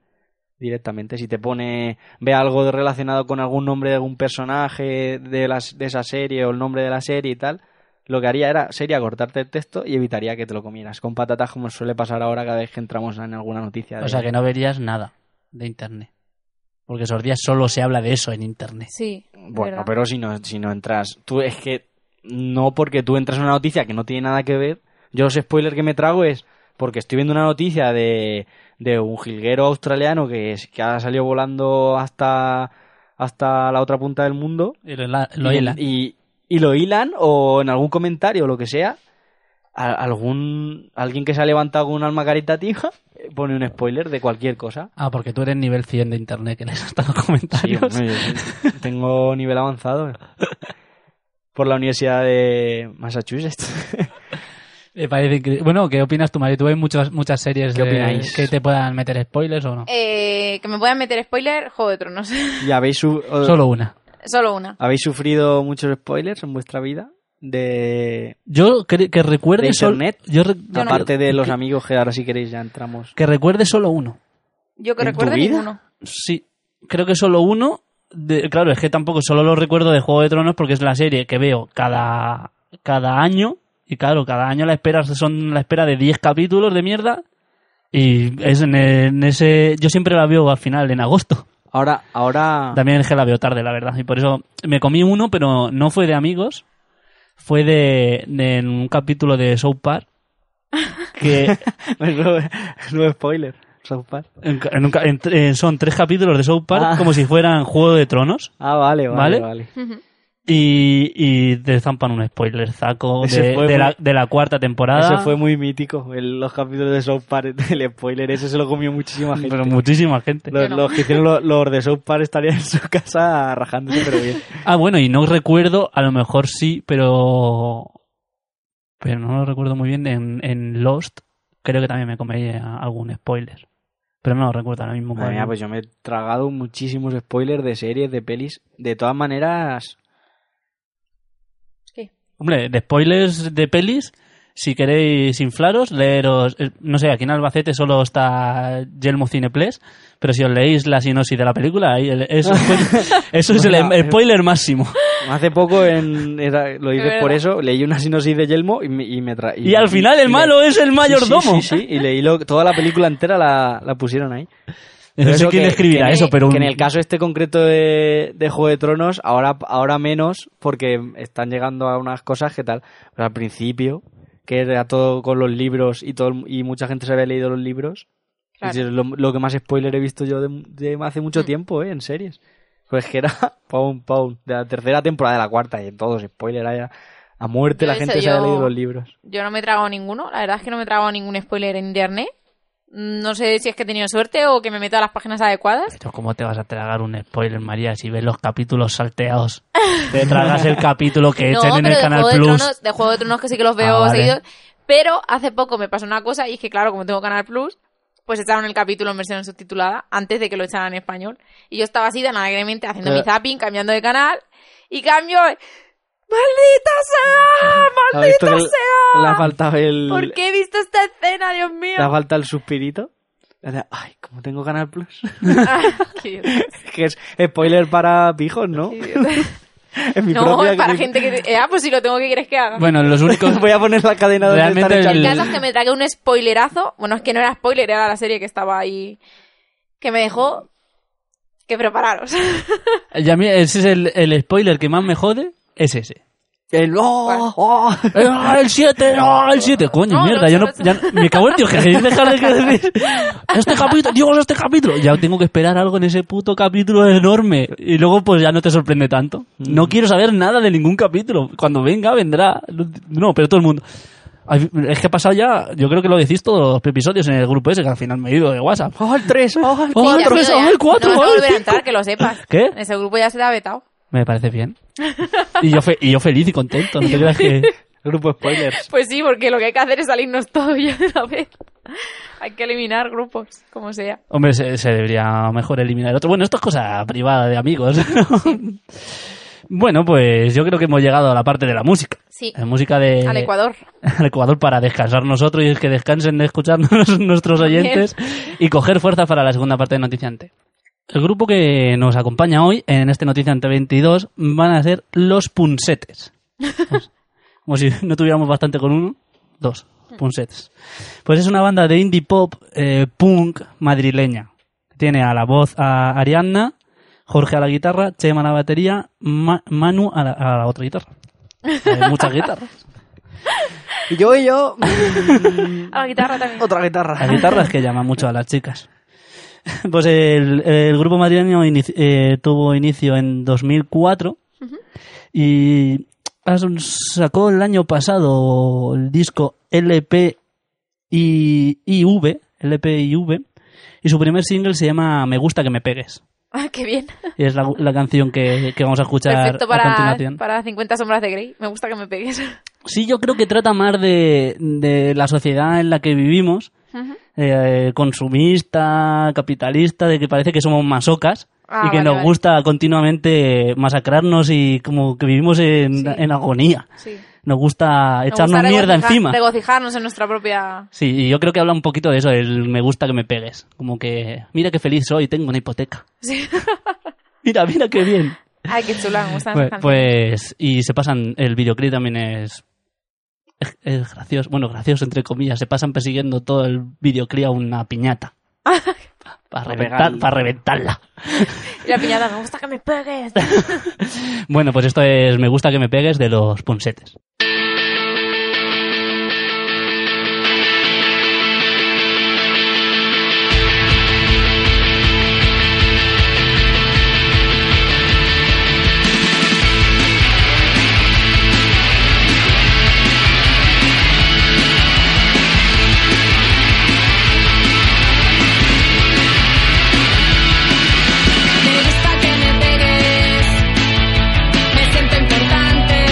I: directamente. Si te pone, ve algo de- relacionado con algún nombre de algún personaje de, las, de esa serie o el nombre de la serie y tal, lo que haría era, sería cortarte el texto y evitaría que te lo comieras con patatas como suele pasar ahora cada vez que entramos en alguna noticia. de-
H: O sea que no verías nada de internet. Porque esos días solo se habla de eso en internet.
G: Sí.
I: Bueno,
G: ¿verdad?
I: pero si no, si no entras. Tú es que no porque tú entras en una noticia que no tiene nada que ver. Yo los spoilers que me trago es porque estoy viendo una noticia de, de un jilguero australiano que, es- que ha salido volando hasta, hasta la otra punta del mundo.
H: Y lo, hila- lo
I: y,
H: hilan.
I: Y, y lo hilan o en algún comentario o lo que sea. a- algún Alguien que se ha levantado con un alma caritativa eh, pone un spoiler de cualquier cosa.
H: Ah, porque tú eres nivel 100 de internet, que les has dado
I: Sí,
H: comentarios.
I: hombre, yo tengo nivel avanzado. Por la Universidad de Massachusetts.
H: Me Eh, parece increíble. Bueno, ¿qué opinas tú, Mario? ¿Tú ves muchas, muchas series
I: ¿Qué
H: de-
I: opináis?
H: que te puedan meter spoilers o no?
G: Eh, que me puedan meter spoiler, Juego de Tronos.
I: ¿Y habéis, su- o-
H: Solo una.
G: Solo una.
I: habéis sufrido muchos spoilers en vuestra vida? De
H: Yo que, que recuerde
I: ¿De
H: sol-
I: internet?
H: yo re-
G: Yo no.
I: aparte de los
H: que-
I: amigos que ahora si queréis ya entramos.
H: Que recuerde solo uno.
G: Yo que
I: ¿En tu
G: recuerde
I: vida?
G: ninguno.
H: Sí, creo que solo uno. de- claro, es que tampoco solo lo recuerdo de Juego de Tronos porque es la serie que veo cada, cada año. Y claro, cada año la espera son la espera de 10 capítulos de mierda. Y es en, en ese. Yo siempre la veo al final, en agosto.
I: Ahora, ahora
H: También es que la veo tarde, la verdad. Y por eso me comí uno, pero no fue de amigos. Fue de, de- en un capítulo de South Park. Que
I: nuevo, nuevo spoiler. South Park.
H: en- en un ca- en- en- son tres capítulos de South Park
I: Ah.
H: como si fueran Juego de Tronos.
I: Ah, vale,
H: ¿Vale?
I: vale, vale.
G: Ujú.
H: Y, y te zampan un spoiler, Zaco,
I: Ese
H: de,
I: fue
H: de
I: muy-
H: la, de la cuarta temporada.
I: Ese fue muy mítico. el- los capítulos de South Park, el spoiler, ese se lo comió muchísima gente.
H: Pero muchísima gente.
I: los,
G: no.
I: los que hicieron los, los de South Park estarían en su casa rajándose, pero bien.
H: Ah, bueno, y no recuerdo, a lo mejor sí, pero. Pero no lo recuerdo muy bien. En, en Lost, creo que también me comí algún spoiler. Pero no lo recuerdo ahora mismo.
I: Madre
H: cuál.
I: mía, pues yo me he tragado muchísimos spoilers de series, de pelis. De todas maneras,
H: Hombre, de spoilers de pelis, si queréis inflaros, leeros. eh, No sé, aquí en Albacete solo está Yelmo Cineplex, pero si os leéis la sinopsis de la película, ahí el- eso, eso es el
I: Venga,
H: em- spoiler máximo.
I: hace poco, en, era- lo
G: Es
I: hice
G: verdad.
I: por eso, leí una sinopsis de Yelmo y, me- y me tra-
H: Y al final
I: y
H: el
I: le-
H: malo es el
I: Sí,
H: mayordomo.
I: Sí, sí, sí, y leí lo- toda la película entera la, la pusieron ahí.
H: No sé
I: eso
H: quién
I: que-
H: escribirá
I: que en-
H: eso, pero...
I: que en
H: un-
I: el caso este concreto de, de Juego de Tronos, ahora, ahora menos, porque están llegando a unas cosas que tal. Pero al principio, que era todo con los libros y, todo, el- y mucha gente se había leído los libros.
G: Claro. Mm.
I: Es lo, lo que más spoiler he visto yo de, de hace mucho tiempo, ¿eh? En series. Pues que era Pound Pound, de la tercera temporada de la cuarta, y en todos spoiler a, a muerte
G: Yo
I: la
G: eso
I: gente se
G: yo-
I: había leído los libros.
G: Yo no me he tragado ninguno, la verdad es que no me he tragado ningún spoiler en internet. No sé si es que he tenido suerte o que me meto a las páginas adecuadas.
H: Pero ¿Cómo te vas a tragar un spoiler, María, si ves los capítulos salteados? Te tragas el capítulo que
G: no,
H: echen en
G: pero
H: el
G: de
H: Canal
G: Juego, de,
H: Plus.
G: Tronos, de Juego de Tronos que sí que los veo
H: Ah, vale.
G: seguidos. Pero hace poco me pasó una cosa y es que, claro, como tengo Canal Plus, pues echaron el capítulo en versión subtitulada antes de que lo echaran en español. Y yo estaba así tan alegremente haciendo
H: Eh.
I: Pero-
G: mi zapping, cambiando de canal y cambio. ¡Maldita sea!
I: ¿Has visto
G: ¡Maldita
I: que le-
G: sea!
I: le ha faltado el...
G: ¿Por qué he visto esta escena, Dios
I: ¿Te ha
G: mío?
I: faltado el suspirito? Era, Ay, como tengo Canal Plus.
G: Ah, Qué idiota,
I: que es spoiler para pijos, ¿no?
G: qué idiota.
I: En mi
G: No,
I: propia-
G: para
I: mi-
G: gente que... te- Eh, ah, pues si lo tengo que quieres que haga.
H: Bueno, los únicos...
I: Voy a poner la cadena donde
H: Realmente
I: están
H: el-
I: echando.
G: el caso es que me tragué un spoilerazo. Bueno, es que no era spoiler, era la serie que estaba ahí. Que me dejó... Que prepararos.
H: Y a mí ese es el, el spoiler que más me jode, es ese.
I: El- ¡Oh! ¡Oh!
H: Eh, ¡Ah, el 7! ¡Ah, el 7! Coño,
G: No, el
H: mierda,
G: ocho,
H: ya no,
G: el ocho.
H: ya no- me cago en tío, que queréis dejar de que decir este capítulo, Dios, este capítulo. Ya tengo que esperar algo en ese puto capítulo enorme y luego pues ya no te sorprende tanto.
I: Mm.
H: No quiero saber nada de ningún capítulo. Cuando venga, vendrá. No, pero todo el mundo. Ay, Es que ha pasado ya, yo creo que lo decís todos los episodios en el grupo ese que al final me he ido de WhatsApp.
I: ¡Oh, el 3! ¡Oh, el
H: Oh,
G: Sí,
H: el
G: ya,
H: tres,
G: pero ya
H: oh, el cuatro,
G: No vas
H: oh, el
G: a volver a
H: cinco.
G: entrar, que lo sepas.
H: ¿Qué?
G: En ese grupo ya se te ha vetado.
H: Me parece bien. Y yo, fe- y yo feliz y contento, no te creas que...
I: Grupo spoilers.
G: Pues sí, porque lo que hay que hacer es salirnos todos ya de la vez. Hay que eliminar grupos, como sea.
H: Hombre, se, se debería mejor eliminar el otro. Bueno, esto es cosa privada de amigos. ¿no? Bueno, pues yo creo que hemos llegado a la parte de la música.
G: Sí.
H: La música de...
G: Al Ecuador.
H: al Ecuador para descansar nosotros y es que descansen de escucharnos nuestros oyentes y coger fuerza para la segunda parte de Noticiante. El grupo que nos acompaña hoy en este Noticiante 22 van a ser los Punsetes. Pues, Como si no tuviéramos bastante con uno, dos Punsetes. Pues es una banda de indie pop eh, punk madrileña. Tiene a la voz a Arianna, Jorge a la guitarra, Chema a la batería, Ma- Manu a la, a la otra guitarra. Hay muchas guitarras.
I: Y yo y yo.
G: A la guitarra también.
I: Otra
H: Las
I: guitarra.
H: guitarras que llaman mucho a las chicas. Pues el, el grupo madrileño inici- eh, tuvo inicio en 2004 y as- sacó el año pasado el disco LP y IV, LP y V, y su primer single se llama Me gusta que me pegues.
G: Ah, qué bien.
H: Y es la, la canción que, que vamos a escuchar
G: Perfecto
H: a
G: para,
H: continuación.
G: para 50 sombras de Grey. Me gusta que me pegues.
H: Sí, yo creo que trata más de, de la sociedad en la que vivimos,
G: Ujú.
H: eh, consumista, capitalista, de que parece que somos masocas
G: Ah,
H: y que
G: vale,
H: nos
G: vale.
H: gusta continuamente masacrarnos y como que vivimos en,
G: Sí.
H: en agonía.
G: Sí.
H: Nos gusta
G: Me
H: echarnos
G: gusta
H: mierda
G: regocijar-
H: encima.
G: Regocijarnos en nuestra propia.
H: Sí, y yo creo que habla un poquito de eso, el me gusta que me pegues. Como que, mira qué feliz soy, tengo una hipoteca.
G: Sí.
H: Mira, mira qué bien.
G: Ay, qué chula, me gustan
H: Pues,
G: esas canciones.
H: pues- y se pasan, el videoclip también es, es, es gracioso, bueno, gracioso entre comillas, se pasan persiguiendo todo el videoclip a una piñata. Para reventar,
I: pegarle.
H: para reventarla.
G: Y la piñata, me gusta que me pegues.
H: Bueno, pues esto es Me gusta que me pegues de los punsetes.
E: Me gusta que me pegues, me siento importante.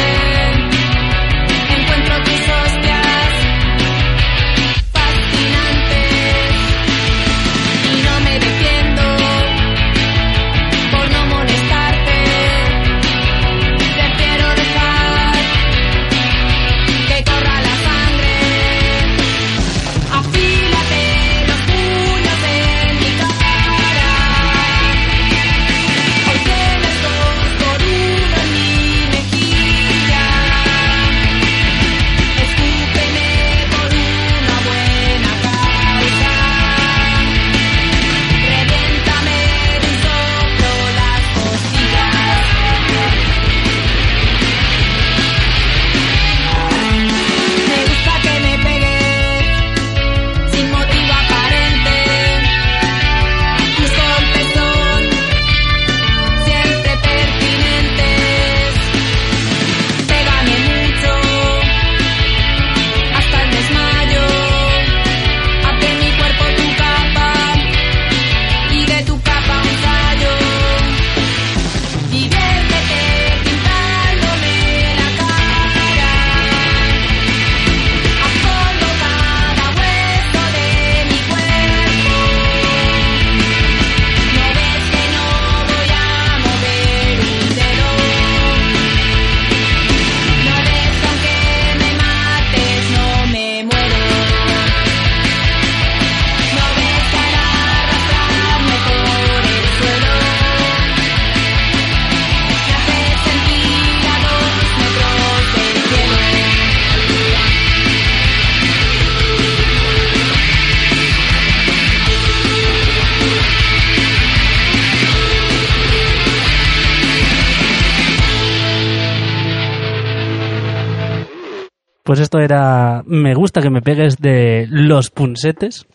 H: Pues esto era Me gusta que me pegues de los punsetes.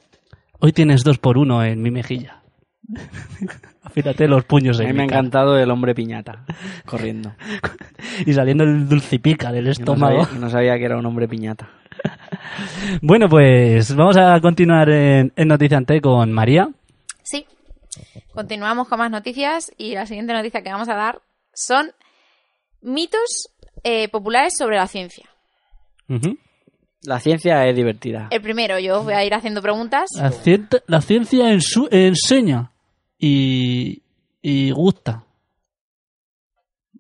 H: Hoy tienes dos por uno en mi mejilla. Afírate los puños
I: A
H: en
I: mí
H: mi
I: me ha
H: cara.
I: encantado el hombre piñata corriendo.
H: Y saliendo el dulcipica del
I: Yo no
H: estómago.
I: sabía, no sabía que era un hombre piñata.
H: Bueno, pues vamos a continuar en, en Noticiante con María.
G: Sí. Continuamos con más noticias y la siguiente noticia que vamos a dar son mitos eh, populares sobre la ciencia.
H: Ujú.
I: La ciencia es divertida.
G: El primero, yo os voy a ir haciendo preguntas.
H: la, ciencia, la ciencia en su- enseña y, y gusta.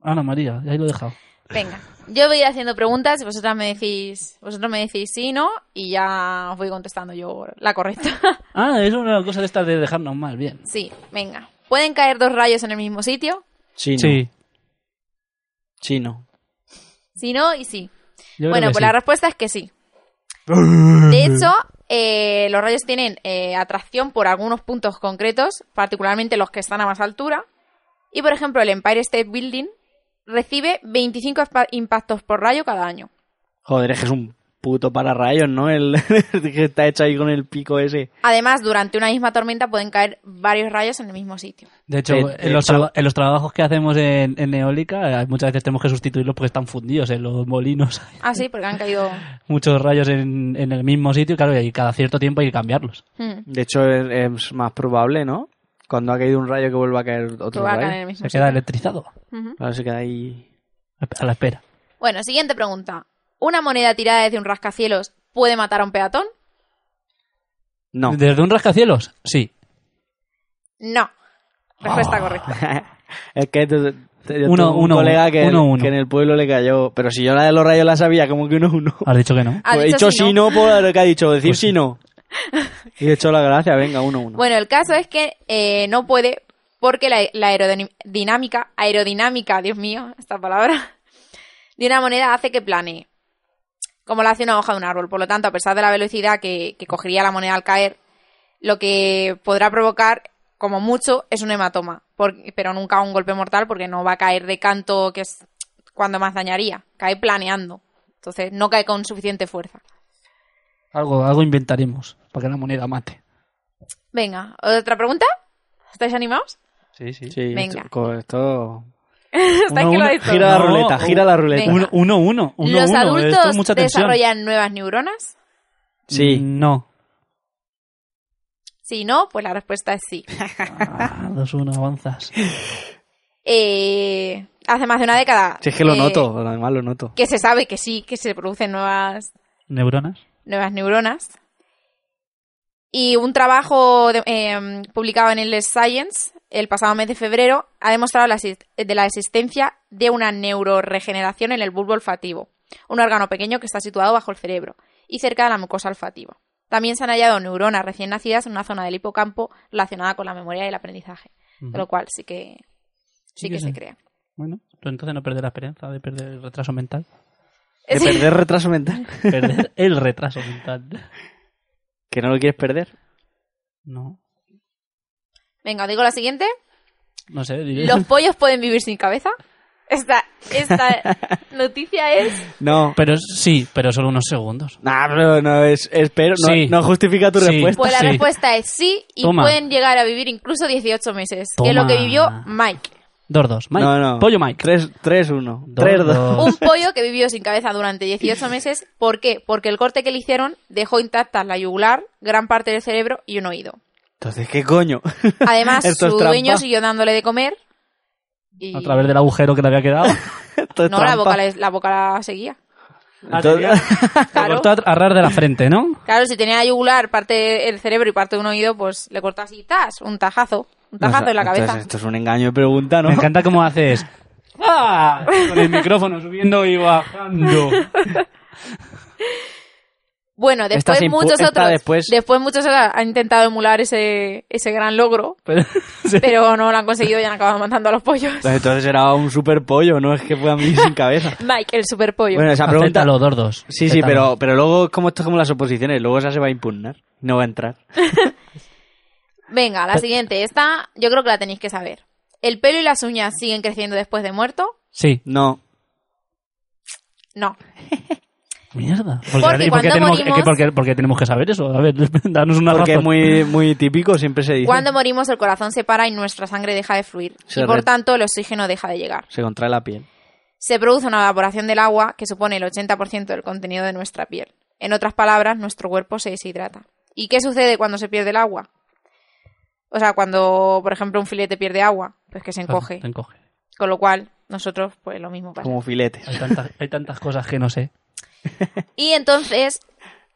H: Ana María, ahí lo he dejado.
G: Venga, yo voy a ir haciendo preguntas, vosotras me decís, vosotros me decís sí, no, y ya os voy contestando yo la correcta.
H: Ah, es una cosa de estas de dejarnos mal, bien.
G: sí, venga. ¿Pueden caer dos rayos en el mismo sitio?
I: Sí, no.
H: Sí.
I: Sí, no.
G: Sí, no y sí.
H: yo creo
G: bueno,
H: que
G: pues
H: sí.
G: la respuesta es que sí. De hecho, eh, los rayos tienen eh, atracción por algunos puntos concretos, particularmente los que están a más altura. Y por ejemplo, el Empire State Building recibe 25 espa- impactos por rayo cada año.
I: Joder, es que es un puto pararrayos, ¿no? El el que está hecho ahí con el pico ese.
G: Además, durante una misma tormenta pueden caer varios rayos en el mismo sitio.
H: De hecho,
I: de-
H: en,
I: de
H: los
I: hecho-
H: traba- en los trabajos que hacemos en, en eólica, eh, muchas veces tenemos que sustituirlos porque están fundidos en los molinos. Hay
G: Ah, sí, porque han caído.
H: muchos rayos en, en el mismo sitio, claro, y cada cierto tiempo hay que cambiarlos.
G: Hmm,
I: De hecho, es, es más probable, ¿no? Cuando ha caído un rayo que vuelva a caer
G: que
I: otro
G: va a
I: rayo.
G: caer en el mismo
H: Se
G: sitio.
H: queda electrizado.
G: Ujú.
I: Ahora se queda ahí.
H: A la espera.
G: Bueno, siguiente pregunta. ¿Una moneda tirada desde un rascacielos puede matar a un peatón?
I: No.
H: ¿Desde un rascacielos? Sí.
G: No.
H: Ah.
G: Respuesta correcta.
I: es que tú- te- yo
H: Uno,
I: tuve un
H: uno,
I: colega que,
H: uno, uno.
I: que en el pueblo le cayó. Pero si yo la de los rayos la sabía, como que uno, uno.
H: Has dicho que no.
G: Ha
I: Pues he
G: dicho
I: dicho
G: sí,
I: sí,
G: no.
I: no, por lo que ha dicho, decir
H: Pues
I: sí, no. Y he hecho la gracia, venga, uno, uno.
G: Bueno, el caso es que eh, no puede porque la, la aerodinámica, aerodinámica, Dios mío, esta palabra, de una moneda hace que planee, como lo hace una hoja de un árbol. Por lo tanto, a pesar de la velocidad que, que cogería la moneda al caer, lo que podrá provocar, como mucho, es un hematoma, por- pero nunca un golpe mortal porque no va a caer de canto, que es cuando más dañaría, cae planeando. Entonces, no cae con suficiente fuerza.
H: Algo, algo inventaremos para que la moneda mate.
G: Venga, ¿otra pregunta? ¿Estáis animados?
H: Sí,
I: sí,
G: venga.
I: esto- con esto.
G: Estáis
H: Uno,
G: que lo
H: uno,
G: habéis
I: Gira la
H: No,
I: ruleta, gira la ruleta.
H: Uno,
G: venga.
H: uno, uno. uno,
G: ¿Los
H: uno. Esto es
G: adultos
H: mucha tensión.
G: desarrollan nuevas neuronas?
I: Sí.
H: No.
G: Si no, pues la respuesta es sí.
H: Ah, dos, uno, avanzas.
G: Eh, hace más de una década.
I: Si es que lo
G: eh,
I: noto, además lo noto.
G: Que se sabe que sí, que se producen nuevas,
H: ¿Neuronas?
G: nuevas neuronas. Y un trabajo de- eh, publicado en el Science el pasado mes de febrero ha demostrado la exist- de la existencia de una neuroregeneración en el bulbo olfativo, un órgano pequeño que está situado bajo el cerebro y cerca de la mucosa olfativa. También se han hallado neuronas recién nacidas en una zona del hipocampo relacionada con la memoria y el aprendizaje,
H: Ujú.
G: de lo cual sí que sí,
H: Sí que
G: que
H: sí.
G: se crea.
H: Bueno, pues entonces no perder la esperanza de perder el retraso mental.
I: De
G: Sí.
I: perder retraso mental.
H: Perder el retraso mental.
I: Que no lo quieres perder.
H: No.
G: Venga, digo la siguiente.
H: No sé, diré.
G: ¿Los pollos pueden vivir sin cabeza? Esta, esta noticia es
I: No.
H: Pero sí, pero solo unos segundos.
I: Nah, pero no es. Espero. No,
H: Sí.
I: no justifica tu
H: Sí.
I: respuesta.
G: Pues la
H: Sí.
G: respuesta es sí y
H: Toma.
G: pueden llegar a vivir incluso 18 meses, que es lo que
H: Toma.
G: vivió Mike.
H: Dos, dos. Mike.
I: No, no.
H: Pollo Mike.
I: 3, 3, 1.
H: Dos,
I: 3, 2.
H: dos.
G: Un pollo que vivió sin cabeza durante 18 meses, ¿por qué? Porque el corte que le hicieron dejó intacta la yugular, gran parte del cerebro y un oído.
I: Entonces, ¿qué coño?
G: Además,
I: Esto es
G: su
I: trampa.
G: dueño siguió dándole de comer y
H: A través del agujero que le había quedado.
I: Esto es
G: no, la
I: trampa.
G: boca, la, la boca la seguía.
I: Entonces-
H: Lo
G: Claro.
H: cortó a a ras de la frente, ¿no?
G: Claro, si tenía la yugular, parte del cerebro y parte de un oído, pues le cortó así, ¡tas! Un tajazo, un tajazo en la
I: Entonces,
G: cabeza.
I: esto es un engaño de pregunta, ¿no?
H: Me encanta cómo haces. ¡Ah! Con el micrófono subiendo y bajando.
G: Bueno,
I: Esta
G: después
I: se impu-
G: muchos
I: esta
G: otros,
I: después-
G: muchos otros han intentado emular ese, ese gran logro,
H: Pero-
G: pero no lo han conseguido y han acabado matando a los pollos.
I: Entonces era un super pollo, no es que puedan vivir sin cabeza.
G: Mike, el super pollo.
I: Bueno, esa pregunta.
H: Acéptalo, dos, dos.
I: Sí, sí,
H: Acéptalo.
I: pero, pero luego, como esto es como las oposiciones, luego esa se va a impugnar. No va a entrar.
G: Venga, la siguiente. Esta yo creo que la tenéis que saber. ¿El pelo y las uñas siguen creciendo después de muerto?
H: Sí.
I: No.
G: No.
H: Mierda. Porque,
G: Porque
H: ¿y por qué
G: cuando
H: tenemos,
G: morimos-
H: que- porque- porque tenemos que saber eso. A ver, danos una
I: Porque es
H: razón.
I: muy, muy típico, siempre se dice.
G: Cuando morimos, el corazón se para y nuestra sangre deja de fluir.
I: Se
G: y por
I: re-
G: tanto, el oxígeno deja de llegar.
I: Se contrae la piel.
G: Se produce una evaporación del agua que supone el 80% del contenido de nuestra piel. En otras palabras, nuestro cuerpo se deshidrata. ¿Y qué sucede cuando se pierde el agua? O sea, cuando, por ejemplo, un filete pierde agua, pues que se
H: Claro,
G: encoge.
H: te encoge.
G: Con lo cual, nosotros, pues lo mismo pasa.
I: Como filetes.
H: Hay tantas, hay tantas cosas que no sé.
G: Y entonces,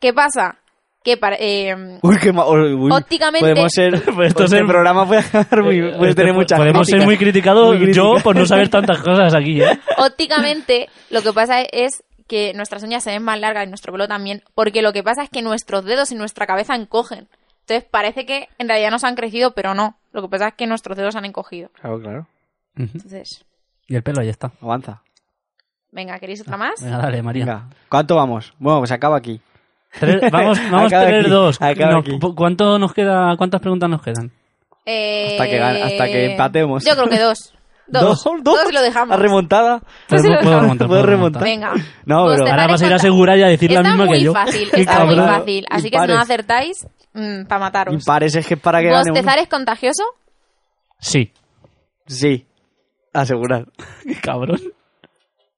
G: ¿qué pasa? Que para, eh,
I: Uy, qué ma- uy, uy.
G: Ópticamente-
I: Podemos ser.
H: Pues esto
I: este
H: es-
I: programa puede, acabar muy-
H: Eh,
I: puede
H: eh,
I: tener
H: po-
I: muchas
H: Podemos ser
I: críticas.
H: muy criticados
I: Muy
H: yo
I: críticas.
H: por no saber tantas cosas aquí, ¿eh?
G: ópticamente, lo que pasa es que nuestras uñas se ven más largas y nuestro pelo también, porque lo que pasa es que nuestros dedos y nuestra cabeza encogen. Entonces parece que en realidad nos han crecido, pero no. Lo que pasa es que nuestros dedos han encogido.
I: Claro, claro.
G: Entonces,
H: Y el pelo, ahí está.
I: Avanza.
G: venga, ¿queréis otra más?
H: Venga, dale, María.
I: Venga. ¿Cuánto vamos? Bueno, pues acaba aquí.
H: Tres- vamos, vamos
I: Acaba
H: tres,
I: aquí,
H: dos.
I: acaba
H: No,
I: aquí.
H: ¿cu- ¿Cuánto nos queda? ¿Cuántas preguntas nos quedan?
G: Eh,
I: Hasta que gan- hasta que empatemos.
G: Yo creo que dos. Dos. Dos, y lo dejamos.
I: La remontada.
G: Dos y lo
H: Puedo- puedo
G: dejamos.
H: remontar,
I: Puedo
H: puedo
I: remontar.
G: Venga.
I: No,
G: Pues
I: pero-
G: te
H: Ahora
G: daré
H: vas a ir a
G: cuenta.
H: asegurar y a decir la
G: Está
H: misma
G: muy
H: que yo.
G: fácil,
I: Qué
G: está muy
I: cabrón.
G: fácil. Así que si no
I: Impares.
G: acertáis, para mataros.
I: Impares es que es para que gane uno.
G: ¿Bostezar es contagioso?
H: Sí.
I: Sí. Asegurar.
H: Cabrón.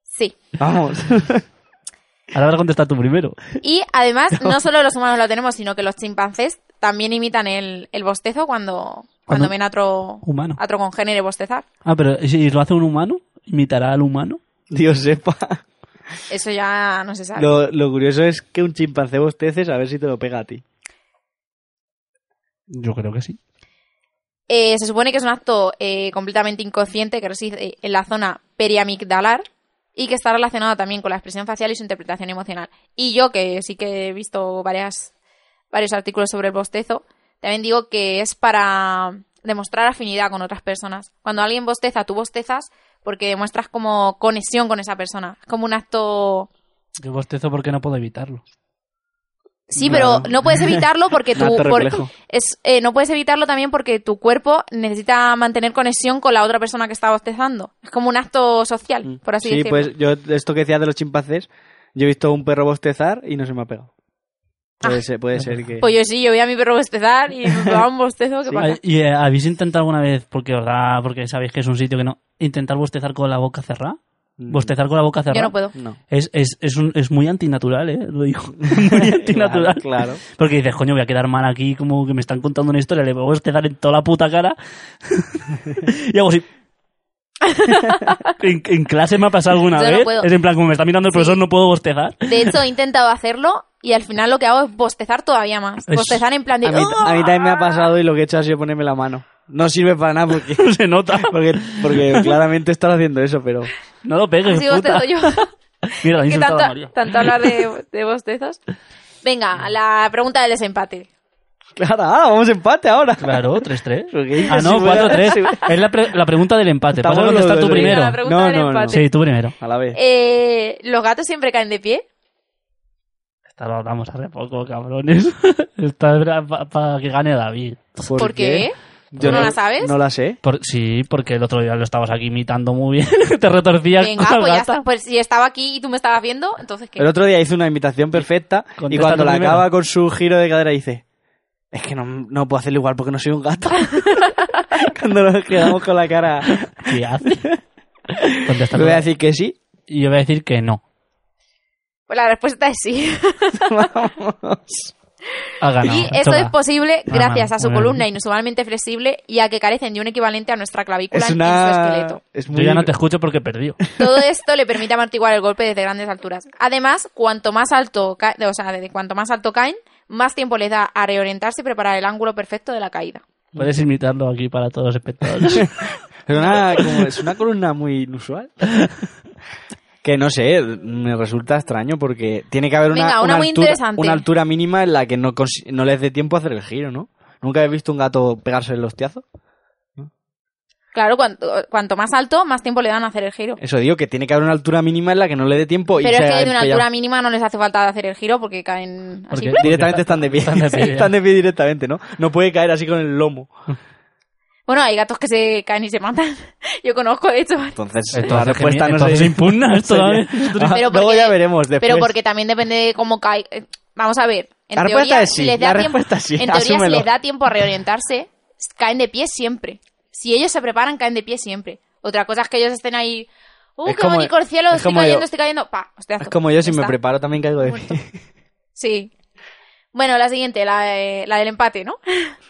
G: Sí.
I: Vamos.
H: Ahora vas a contestar tú primero.
G: Y además, no solo los humanos lo tenemos, sino que los chimpancés también imitan el, el bostezo cuando, cuando
H: Cuando-
G: ven a otro,
H: Humano.
G: a otro congénere bostezar.
H: Ah, pero ¿y si lo hace un humano? ¿Imitará al humano?
I: Dios sepa.
G: Eso ya no se sabe.
I: Lo, lo curioso es que un chimpancé bosteces a ver si te lo pega a ti.
H: Yo creo que sí.
G: Eh, se supone que es un acto eh, completamente inconsciente que reside eh, en la zona periamigdalar y que está relacionado también con la expresión facial y su interpretación emocional. Y yo, que sí que he visto varias, varios artículos sobre el bostezo, también digo que es para demostrar afinidad con otras personas. Cuando alguien bosteza, tú bostezas porque demuestras como conexión con esa persona. Es como un acto...
H: Yo bostezo porque no puedo evitarlo.
G: Sí, pero
I: Claro.
G: no puedes evitarlo porque
I: Un
G: tú...
I: acto
G: por-
I: reflejo.
G: es, eh, no puedes evitarlo también porque tu cuerpo necesita mantener conexión con la otra persona que está bostezando. Es como un acto social, por así
I: sí,
G: decirlo.
I: pues yo esto que decías de los chimpancés, yo he visto un perro bostezar y no se me ha pegado. Puede ser, puede ser que.
G: Pues yo sí, yo voy a mi perro bostezar y me da un bostezo que pasa.
H: Ah, ¿Y eh, habéis intentado alguna vez, porque os da- porque sabéis que es un sitio que no, intentar bostezar con la boca cerrada?
I: Mm,
H: ¿Bostezar con la boca cerrada?
G: Yo no puedo.
I: No.
H: Es, es, es, un- es muy antinatural, ¿eh? Lo digo. Muy antinatural.
I: Claro, claro.
H: Porque dices, coño, voy a quedar mal aquí, como que me están contando una historia, le voy a bostezar en toda la puta cara. y hago así. en, en clase me ha pasado alguna
G: Yo no
H: vez.
G: puedo.
H: Es en plan, como me está mirando el profesor, no puedo bostezar.
G: De hecho, he intentado hacerlo y al final lo que hago es bostezar todavía más.
H: Es-
G: Bostezar en plan de...
I: A mí,
G: "¡Ah!".
I: a mí también me ha pasado y lo que he hecho ha sido ponerme la mano. No sirve para nada porque,
H: Se nota.
I: porque, porque claramente estás haciendo eso, pero.
H: No lo pegues,
G: Así
H: puta.
G: bostezo yo.
H: Mira, la he
G: que
H: insultado a
G: tanto,
H: María.
G: tanto hablar de, de bostezos. Venga, la pregunta del desempate.
I: Claro, ah, vamos a empate ahora.
H: Claro, 3-3.
I: Ok,
H: Ah, no,
I: si fuera-
H: 4-3. Es la, pre- la pregunta del empate. Vas a
I: Estamos
H: contestar
I: los
H: tú
I: dos,
H: primero.
G: Venga, la pregunta
I: No,
G: del
I: no, no.
G: empate.
H: Sí, tú primero.
I: A la vez.
G: Eh, ¿Los gatos siempre caen de pie?
H: Esta lo hablamos hace poco, cabrones. Esta era para que gane David.
I: ¿Por,
G: ¿Por qué?
I: Yo
G: ¿No la sabes?
I: No la sé.
H: Por- sí, porque el otro día lo estabas aquí imitando muy bien. Te retorcías
G: Venga,
H: con la
G: pues ya
H: gata.
G: está. Pues si estaba aquí y tú me estabas viendo, entonces ¿qué?
I: El otro día hizo una imitación perfecta y
H: Contesta
I: cuando
H: tú
I: la
H: primero.
I: acaba con su giro de cadera dice: Es que no, no puedo hacerlo igual porque no soy un gato. cuando nos quedamos con la cara.
H: ¿Qué hace? Contesta
I: Le
H: tú.
I: voy a decir que sí.
H: Y yo voy a decir que no.
G: Pues la respuesta es sí.
H: Ha ganado.
G: y esto
H: Choca.
G: es posible
H: Ah,
G: gracias a su
H: bueno.
G: columna inusualmente flexible y a que carecen de un equivalente a nuestra clavícula
I: Es
G: en su
I: una.
G: esqueleto.
I: Es
H: Yo
I: muy.
H: ya no te escucho porque perdió.
G: Todo esto le permite amortiguar el golpe desde grandes alturas. Además, cuanto más alto, ca- o sea, desde cuanto más alto caen, más tiempo les da a reorientarse y preparar el ángulo perfecto de la caída.
H: Puedes imitarlo aquí para todos los espectadores.
I: Es una, como- es una columna muy inusual. Que no sé, me resulta extraño porque tiene que haber una,
G: Venga, una muy
I: altura,
G: interesante.
I: una altura mínima en la que no, consi- no les dé tiempo a hacer el giro, ¿no? ¿Nunca he visto un gato pegarse el hostiazo?
G: Claro, cuanto, cuanto más alto, más tiempo le dan a hacer el giro.
I: Eso digo, que tiene que haber una altura mínima en la que no le dé tiempo Eh, pues, y
G: Pero
I: se
G: es que de
I: haya
G: una
I: pillado.
G: altura mínima no les hace falta hacer el giro porque caen así.
H: Porque-
I: Directamente están de pie.
H: Están de pie, ya.
I: Están de pie directamente, ¿no? No puede caer así con el lomo.
G: Bueno, hay gatos que se caen y se matan. Yo conozco esto.
I: Entonces, la
H: Entonces,
I: respuesta
H: geni-
I: no
H: entonces
I: sería-
H: impugna esto,
I: sería-
H: ¿vale?
I: Ah,
G: Pero
I: luego
G: porque-
I: ya veremos después.
G: Pero porque también depende de cómo cae. eh, Vamos a ver. En
I: La
G: teoría,
I: respuesta es sí,
G: si les da
I: la
G: tiempo,
I: respuesta es sí,
G: En teoría, si
I: asúmelo.
G: les da tiempo a reorientarse, caen de pie siempre. Si ellos se preparan, caen de pie siempre. Otra cosa es que ellos estén ahí. ¡Uh,
I: Es
G: qué
I: como-
G: bonito el cielo!
I: es
G: Estoy
I: como
G: cayendo,
I: yo.
G: estoy cayendo. ¡Pa! pues hostiazo,
I: Es como yo, si
G: ya
I: me
G: está.
I: preparo también caigo de pie.
G: Sí. Bueno, la siguiente, la, eh, la del empate, ¿no?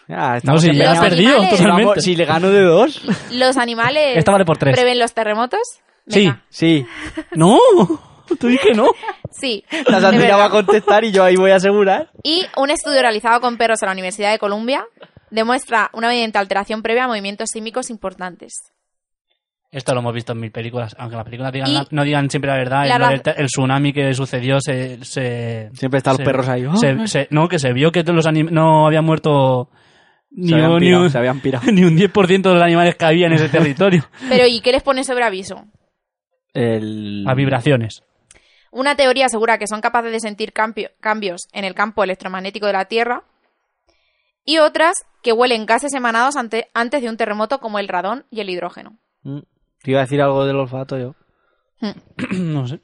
I: Ah,
H: No,
I: estamos
H: si
I: en
H: me
G: Los
H: has
I: verano.
H: perdido
G: animales-
I: Si vamos-
H: totalmente.
I: Si le gano de dos.
G: Los animales
H: Esta vale por tres.
G: prevén los terremotos.
H: Sí.
G: Venga.
I: Sí.
H: ¡No! Tú dije no. pues,
G: Sí.
I: La
G: de
I: Sandrina
G: verdad.
I: va a contestar y yo ahí voy a asegurar.
G: Y un estudio realizado con perros en la Universidad de Columbia demuestra una evidente alteración previa a movimientos sísmicos importantes.
H: Esto lo hemos visto en mil películas, aunque las películas digan
G: Y-
H: la- no digan siempre la verdad.
G: La
H: el-
G: raz-
H: el, el tsunami que sucedió se... se-
I: Siempre están los
H: se-
I: perros ahí. ¡oh!
H: se- se- no, que se vio que los anim- no habían muerto ni,
I: se, habían
H: un- ni
I: pirado,
H: un,
I: se habían pirado.
H: ni un 10% de los animales que había en ese territorio.
G: Pero ¿y qué les pone sobre aviso?
I: El...
H: A vibraciones.
G: Una teoría asegura que son capaces de sentir campio- cambios en el campo electromagnético de la Tierra y otras que huelen gases emanados ante- antes de un terremoto como el radón y el hidrógeno.
I: Mm. Te iba a decir algo del olfato yo.
H: no sé.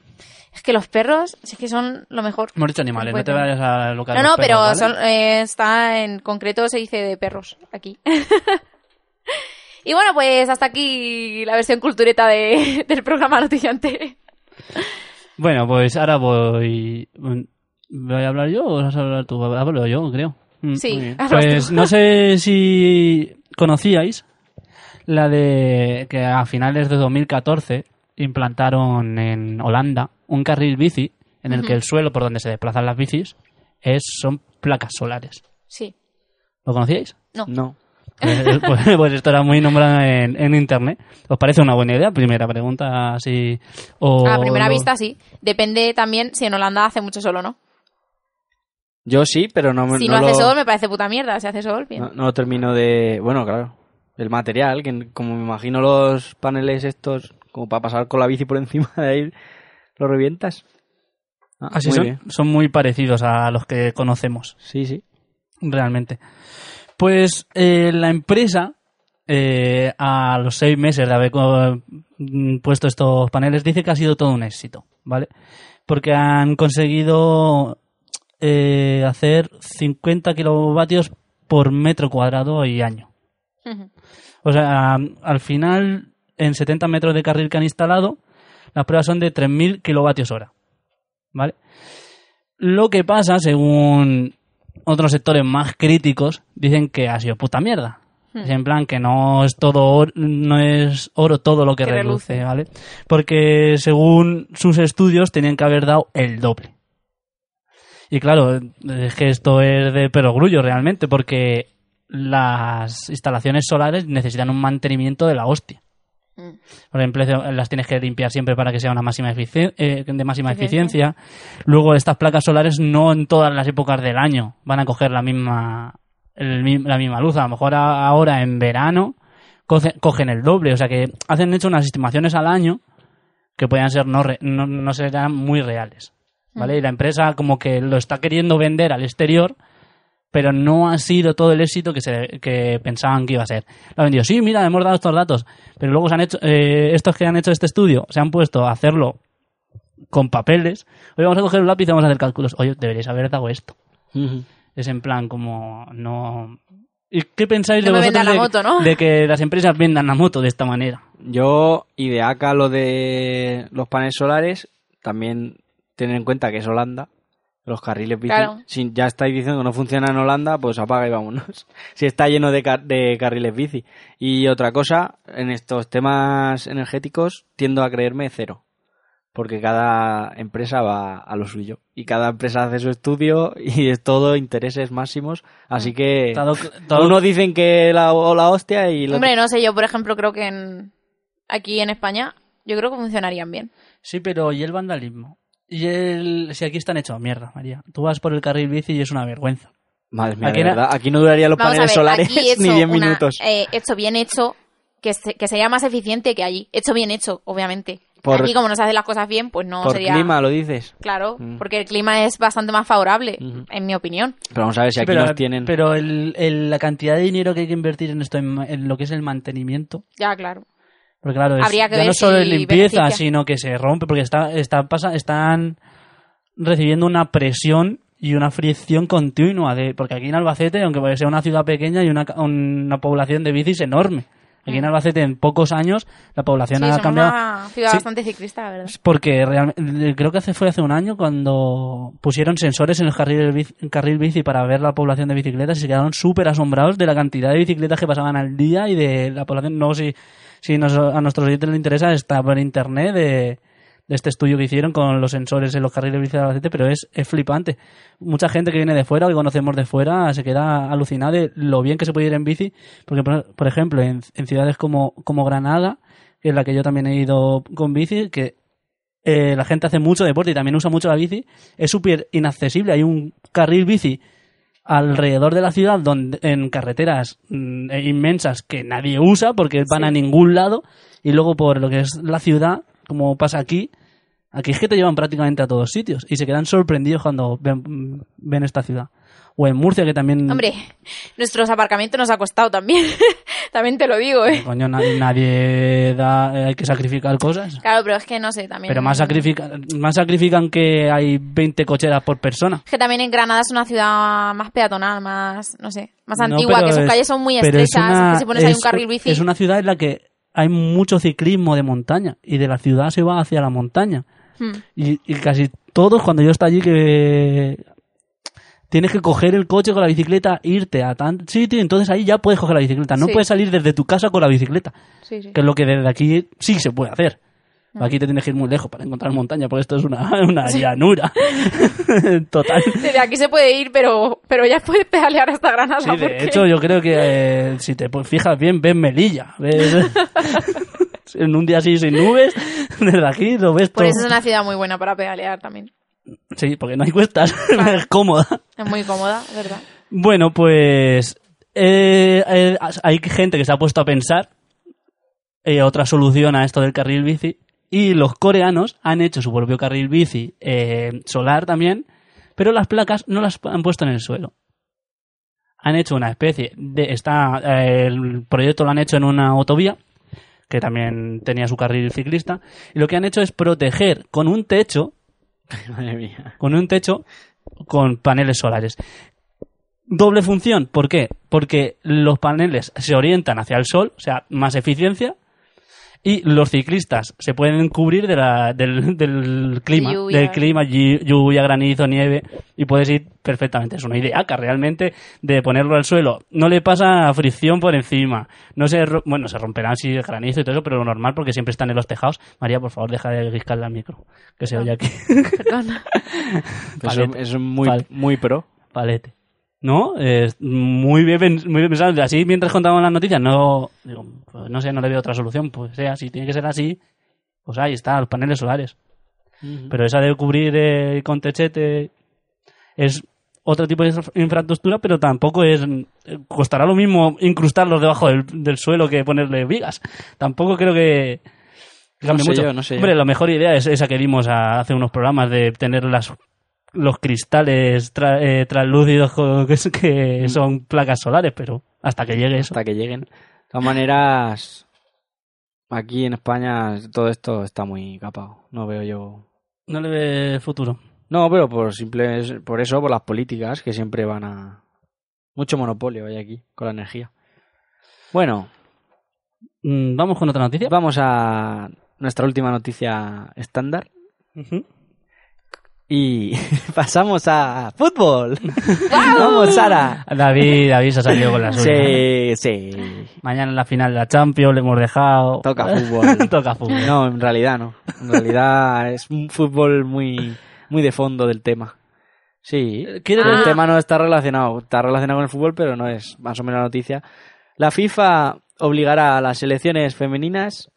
G: Es que los perros, si es que son lo mejor.
H: Hemos dicho animales, no te
G: Bueno.
H: vayas a lo que a
G: No,
H: los
G: no,
H: perros,
G: pero
H: ¿vale?
G: son- eh, está en concreto, se dice de perros aquí. y bueno, pues hasta aquí la versión cultureta de- del programa Noticiante.
H: Bueno, pues ahora voy. mm, ¿Voy a hablar yo o vas a hablar tú? Hablo yo, creo. Mm.
G: Sí,
I: bien.
G: hablas tú.
H: Pues no sé si conocíais la de que a finales de 2014 implantaron en Holanda un carril bici en el que el suelo por donde se desplazan las bicis es, son placas solares.
G: Sí.
H: ¿Lo conocíais?
I: No.
H: Pues, pues- pues esto era muy nombrado en, en internet. ¿Os parece una buena idea? Primera pregunta, así. O
G: A primera
H: lo-
G: vista sí. Depende también si en Holanda hace mucho sol o no.
I: Yo sí, pero no me
G: si no, hace
I: lo...
G: sol me parece puta mierda. Si hace sol, bien.
I: No, no lo termino de. Bueno, claro. El material, que como me imagino los paneles estos, como para pasar con la bici por encima de ahí, lo revientas. Ah,
H: Así
I: muy
H: son,
I: bien.
H: son muy parecidos a los que conocemos,
I: Sí, sí.
H: realmente. Pues eh, la empresa, eh, a los seis meses de haber co- mm, puesto estos paneles, dice que ha sido todo un éxito, ¿vale? Porque han conseguido eh, hacer 50 kilovatios por metro cuadrado y año.
G: Ujú.
H: O sea, al final, en 70 metros de carril que han instalado, las pruebas son de 3.000 kilovatios hora. ¿Vale? Lo que pasa, según otros sectores más críticos, dicen que ha sido puta mierda.
G: Hmm.
H: Es en plan que no es todo or- no es oro todo lo que,
G: Que
H: reluce,
G: reluce.
H: ¿vale? Porque según sus estudios tenían que haber dado el doble. Y claro, es que esto es de perogrullo realmente, porque las instalaciones solares necesitan un mantenimiento de la hostia.
G: Mm.
H: Por ejemplo, eh, las tienes que limpiar siempre para que sea una máxima efici- eh, de máxima
G: Eficiencia.
H: eficiencia. Luego, estas placas solares no en todas las épocas del año van a coger la misma, el mi- la misma luz. A lo mejor a- ahora en verano coge- cogen el doble. O sea que hacen hecho unas estimaciones al año que puedan ser no, re- no, no serán muy reales. ¿Vale? Y la empresa como que lo está queriendo vender al exterior, pero no ha sido todo el éxito que, se, que pensaban que iba a ser. Lo han vendido, sí, mira, hemos dado estos datos, pero luego se han hecho, eh, estos que han hecho este estudio se han puesto a hacerlo con papeles. Hoy vamos a coger un lápiz y vamos a hacer cálculos. Oye, deberíais haber dado esto. Es en plan como no... ¿Y qué pensáis de
G: No me
H: vosotros
G: vendan la
H: de-
G: moto, ¿no?
H: de que las empresas vendan la moto de esta manera?
I: Yo, y de acá lo de los paneles solares, también tener en cuenta que es Holanda. Los carriles bici.
G: Claro.
I: Si ya estáis diciendo que no funciona en Holanda, pues apaga y vámonos. Si está lleno de, car- de carriles bici. Y otra cosa, en estos temas energéticos tiendo a creerme cero. Porque cada empresa va a lo suyo. Y cada empresa hace su estudio y es todo intereses máximos.
G: Ah.
I: Así que.
H: Todo- todo-
I: Unos dicen que la, o la hostia y los
G: Hombre, no sé, yo por ejemplo creo que en, aquí en España yo creo que funcionarían bien.
H: Sí, pero ¿y el vandalismo? Y el... Si aquí están hechos mierda, María. Tú vas por el carril bici y es una vergüenza.
I: Madre mía,
H: Aquí
I: de
H: era-
I: verdad, aquí no durarían los
G: Vamos a
I: paneles
G: ver,
I: solares
G: aquí hecho
I: ni 10
G: una-
I: minutos.
G: eh, hecho bien hecho, que, se- que sería más eficiente que allí. Hecho bien hecho, obviamente.
I: Por,
G: Aquí, como no se hacen las cosas bien, pues no
I: por
G: sería.
I: clima, lo dices.
G: Claro,
I: Mm.
G: porque el clima es bastante más favorable,
I: Ujú.
G: en mi opinión.
I: Pero vamos a ver si
H: Sí,
I: aquí
H: pero
I: nos tienen.
H: pero el- el- la cantidad de dinero que hay que invertir en esto, en, ma- en lo que es el mantenimiento,
G: Ya, claro.
H: porque claro, es-
G: Habría que
H: ya
G: ver
H: no solo
G: si
H: en limpieza,
G: beneficia.
H: sino que se rompe, porque está, está pasa- están recibiendo una presión y una fricción continua, de porque aquí en Albacete, aunque sea una ciudad pequeña, hay una, ca- una población de bicis enorme. Aquí en Albacete, en pocos años, la
G: Mm. Sí,
H: población ha
G: somos
H: cambiado.
G: una ciudad
H: Sí.
G: bastante ciclista, la verdad.
H: Porque realmente, creo que hace, fue hace un año cuando pusieron sensores en el carril, del bici- en carril bici para ver la población de bicicletas y se quedaron súper asombrados de la cantidad de bicicletas que pasaban al día y de la población. No, si, si nos- a nuestros oyentes les interesa, está por internet de, de este estudio que hicieron con los sensores en los carriles bici de Albacete, pero es, es flipante. Mucha gente que viene de fuera, que conocemos de fuera, se queda alucinada de lo bien que se puede ir en bici, porque por, por ejemplo, en, en ciudades como, como Granada, que es la que yo también he ido con bici, que eh, la gente hace mucho deporte y también usa mucho la bici, es súper inaccesible. Hay un carril bici alrededor de la ciudad donde, en carreteras mm, eh, inmensas que nadie usa porque van a ningún lado y luego por lo que es la ciudad, como pasa aquí, aquí es que te llevan prácticamente a todos sitios y se quedan sorprendidos cuando ven, ven esta ciudad. O en Murcia que también...
G: Hombre, nuestros aparcamientos nos ha costado también. también te lo digo, ¿eh?
H: Coño, na- nadie da... eh, hay que sacrificar cosas.
G: Claro, pero es que no sé, también.
H: Pero más, sacrifica- más sacrifican que hay 20 cocheras por persona.
G: Es que también en Granada es una ciudad más peatonal, más, no sé, más
H: No,
G: antigua,
H: pero
G: que sus
H: es-
G: calles son muy
H: pero
G: estrechas,
H: es una-
G: que si pones ahí un
H: es-
G: carril bici.
H: Es una ciudad en la que hay mucho ciclismo de montaña y de la ciudad se va hacia la montaña.
G: Hmm.
H: Y, y casi todos, cuando yo estaba allí, que tienes que coger el coche con la bicicleta, irte a tan sitio, entonces ahí ya puedes coger la bicicleta. No
G: Sí.
H: puedes salir desde tu casa con la bicicleta,
G: Sí, Ah. sí.
H: que es lo que desde aquí sí se puede hacer. Aquí te tienes que ir muy lejos para encontrar montaña, porque esto es una, una llanura total.
G: Desde aquí se puede ir, pero, pero ya puedes pedalear hasta Granada.
H: Sí, de
G: porque-
H: hecho, yo creo que eh, si te pues, fijas bien, ves Melilla. ves- en un día así sin nubes, desde aquí lo ves
G: Por
H: todo.
G: eso es una ciudad muy buena para pedalear también.
H: Sí, porque no hay cuestas, es cómoda.
G: Es muy cómoda, es ¿verdad?
H: Bueno, pues eh, eh, hay gente que se ha puesto a pensar eh, otra solución a esto del carril bici y los coreanos han hecho su propio carril bici eh, solar también, pero las placas no las han puesto en el suelo. Han hecho una especie de está eh, el proyecto lo han hecho en una autovía que también tenía su carril ciclista y lo que han hecho es proteger con un techo
I: Madre mía.
H: con un techo con paneles solares. Doble función, ¿por qué? Porque los paneles se orientan hacia el sol, o sea, más eficiencia, y los ciclistas se pueden cubrir de la- del, del clima,
G: Lluvia.
H: del clima, lli- lluvia, granizo, nieve, y puedes ir perfectamente. Es una ideaca realmente de ponerlo al suelo. No le pasa fricción por encima. No se, ro- bueno, se romperán si es granizo y todo eso, pero lo normal porque siempre están en los tejados. María, por favor, deja de guiscarle al micro, que se oye aquí.
G: Perdón.
I: Eso
H: Paleta.
I: es muy,
H: Pal-
I: muy pro.
H: palete. ¿No? Eh, muy, bien, pens- muy bien pensado. Así mientras contábamos las noticias, no, digo, pues no sé, no le veo otra solución. Pues sea, si tiene que ser así, pues ahí está, los paneles solares. Pero esa de cubrir eh, con techete es otro tipo de infra- infraestructura, pero tampoco es. eh, Costará lo mismo incrustarlos debajo del, del suelo que ponerle vigas. Tampoco creo que. que
I: No
H: cambie
I: sé
H: mucho.
I: yo, no sé yo.
H: Hombre, la mejor idea es esa que vimos a- hace unos programas de tener las los cristales tra- eh, translúcidos co- que, es- que son placas solares, pero hasta que llegue eso.
I: Hasta que lleguen. De todas maneras, aquí en España todo esto está muy capado. No veo yo.
H: No le ve futuro.
I: No, pero por simples, por eso, por las políticas que siempre van a. Mucho monopolio hay aquí con la energía. Bueno,
H: Mm, Vamos con otra noticia.
I: vamos a nuestra última noticia estándar
H: Ujú.
I: y pasamos a fútbol. vamos, Sara.
H: David, David se ha salido con la suya. ¿eh?
I: Sí, sí.
H: Mañana en la final de la Champions le hemos dejado.
I: Toca fútbol.
H: Toca fútbol.
I: No, en realidad no. En realidad es un fútbol muy, muy de fondo del tema. Sí,
H: ¿Quieres-
I: el
G: Ah.
I: tema no está relacionado. Está relacionado con el fútbol, pero no es más o menos la noticia. La FIFA obligará a las selecciones femeninas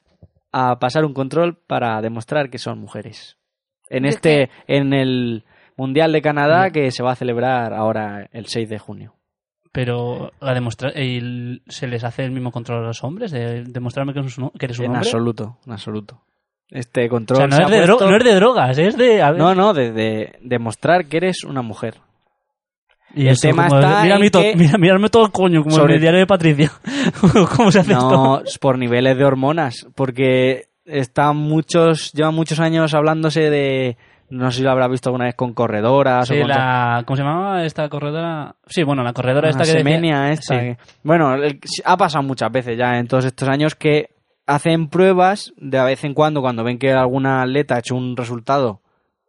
I: a pasar un control para demostrar que son mujeres. En
G: ¿De
I: este, en el Mundial de Canadá que se va a celebrar ahora el 6 de junio.
H: Pero la demostra el- se les hace el mismo control a los hombres de demostrarme que eres un, que eres un
I: En
H: hombre.
I: absoluto, en absoluto. Este
H: O
I: control
H: sea, no
I: se
H: es,
I: ha
H: de dro-
I: puesto-
H: no es de drogas, es de... a ver,
I: No, no, de, de- demostrar que eres una mujer.
H: y
I: el
H: eso,
I: tema
H: como-
I: está
H: mira,
I: en
H: mi to-
I: que-
H: mira, mirarme todo el coño, como en
I: Sobre-
H: el diario de Patricia. ¿Cómo se hace esto?
I: No, es por niveles de hormonas, porque está muchos, lleva muchos años hablándose de, no sé si lo habrá visto alguna vez con corredoras
H: Sí,
I: o con
H: la, ¿Cómo se llamaba esta corredora? Sí, bueno, la corredora
I: Una
H: esta que decía-
I: semenia esta
H: Sí.
I: que- Bueno, el- ha pasado muchas veces ya en todos estos años que hacen pruebas de a vez en cuando cuando ven que alguna atleta ha hecho un resultado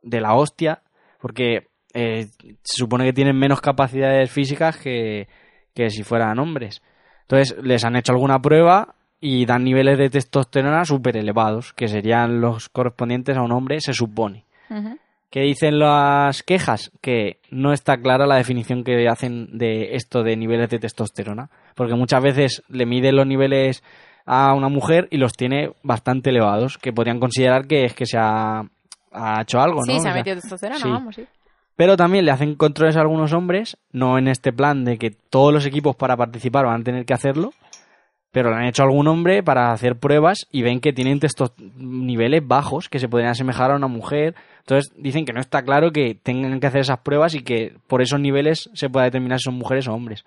I: de la hostia, porque eh, se supone que tienen menos capacidades físicas que, que si fueran hombres. Entonces les han hecho alguna prueba y dan niveles de testosterona súper elevados, que serían los correspondientes a un hombre, se supone.
G: Ujú.
I: ¿Qué dicen las quejas? Que no está clara la definición que hacen de esto de niveles de testosterona. Porque muchas veces le miden los niveles a una mujer y los tiene bastante elevados, que podrían considerar que es que se ha, ha hecho algo,
G: Sí,
I: ¿no? O
G: se ha
I: sea,
G: metido testosterona,
I: sí.
G: vamos, sí.
I: Pero también le hacen controles a algunos hombres, no en este plan de que todos los equipos para participar van a tener que hacerlo, pero lo han hecho a algún hombre para hacer pruebas y ven que tienen estos niveles bajos que se podrían asemejar a una mujer. Entonces dicen que no está claro que tengan que hacer esas pruebas y que por esos niveles se pueda determinar si son mujeres o hombres.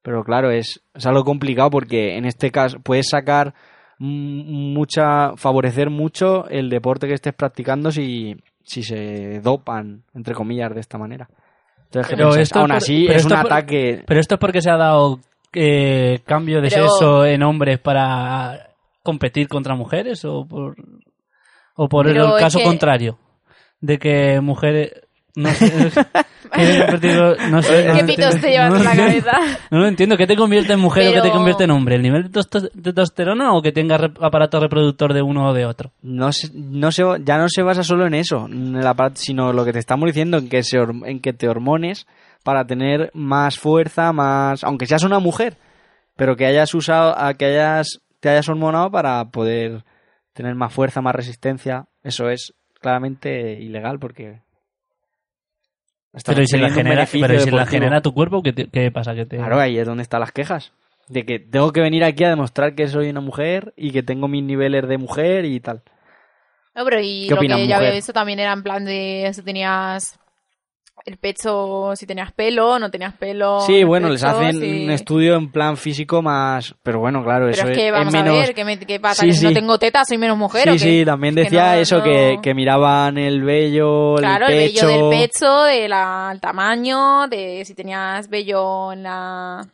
I: Pero claro, es, es algo complicado porque en este caso puedes sacar m- mucha, favorecer mucho el deporte que estés practicando si, si se dopan, entre comillas, de esta manera. Entonces, ¿qué
H: Pero
I: piensas?
H: esto
I: aún
H: por-
I: así
H: pero
I: es un
H: esto por-
I: ataque.
H: Pero esto es porque se ha dado eh, cambio de
G: Pero-
H: sexo en hombres para competir contra mujeres o por, o por el,
G: Pero es
H: caso
G: que-
H: contrario de que mujeres no sé, quieren competir con- no sé, no
G: ¿Qué
H: entiendo.
G: pitos te llevas
H: No
G: en la
H: entiendo.
G: cabeza?
H: No lo entiendo, ¿qué te convierte en mujer o
G: Pero-
H: qué te convierte en hombre? ¿El nivel de testo- testosterona o que tengas rep- aparato reproductor de uno o de otro?
I: No se, no se, ya no se basa solo en eso, en el aparato, sino lo que te estamos diciendo, en que, se, hor- en que te hormones para tener más fuerza, más. aunque seas una mujer, pero que hayas usado, a que hayas, te hayas hormonado para poder tener más fuerza, más resistencia. Eso es claramente ilegal porque. estás
H: Pero ¿y si la
I: obteniendo un
H: genera,
I: beneficio
H: pero ¿y si la
I: deportivo.
H: genera tu cuerpo, ¿qué, te- qué pasa? ¿Qué te...
I: Claro, ahí es donde están las quejas. De que tengo que venir aquí a demostrar que soy una mujer y que tengo mis niveles de mujer y tal.
G: No, pero y
I: ¿Qué
G: lo
I: opinas,
G: que ya
I: mujer?
G: había visto también era en plan de si tenías el pecho, si tenías pelo, no tenías pelo.
I: Sí,
G: el
I: bueno, les
G: pecho,
I: hacen
G: si-
I: un estudio en plan físico más. Pero bueno, claro,
G: Pero
I: eso
G: es que vamos
I: menos.
G: a ver, que, me, que para
I: Sí,
G: que
I: sí.
G: no tengo teta, soy menos mujer.
I: sí,
G: ¿o qué?
I: sí, también
G: Es que
I: decía
G: no-
I: eso
G: no-
I: Que, que miraban el vello,
G: Claro,
I: el
G: el
I: pecho.
G: vello del pecho, de la- el tamaño, de si tenías vello en la.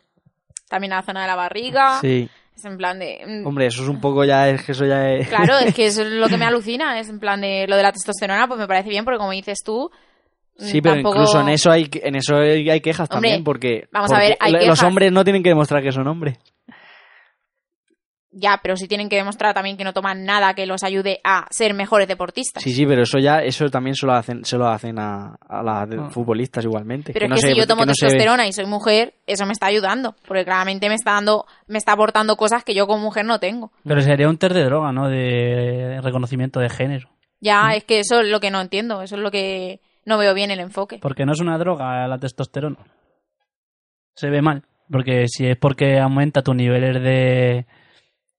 G: También en la zona de la barriga.
I: Sí,
G: Es en plan de. mm,
I: hombre, eso es un poco ya, es que eso ya es.
G: Claro, es que eso es lo que me alucina. Es en plan de lo de la testosterona, pues me parece bien, porque como dices tú. mm,
I: Sí, pero
G: tampoco-
I: incluso en eso hay en eso hay quejas
G: Hombre,
I: también porque,
G: vamos a
I: porque
G: ver, hay
I: los
G: quejas. Pues
I: hombres no tienen que demostrar que son hombres.
G: Ya, pero sí tienen que demostrar también que no toman nada que los ayude a ser mejores deportistas.
I: Sí, sí, pero eso ya eso también se lo hacen se lo hacen a, a las de-
H: Ah.
I: futbolistas igualmente.
G: Pero es
I: no
G: que
I: sé,
G: si yo tomo
I: no se ve.
G: testosterona y soy mujer, eso me está ayudando, porque claramente me está dando, me está aportando cosas que yo como mujer no tengo.
I: Mm.
H: Pero sería un test de droga, ¿no? De reconocimiento de género.
G: Ya, es que eso es lo que no entiendo, eso es lo que no veo bien el enfoque.
H: Porque no es una droga la testosterona. Se ve mal. Porque si es porque aumenta tus niveles de,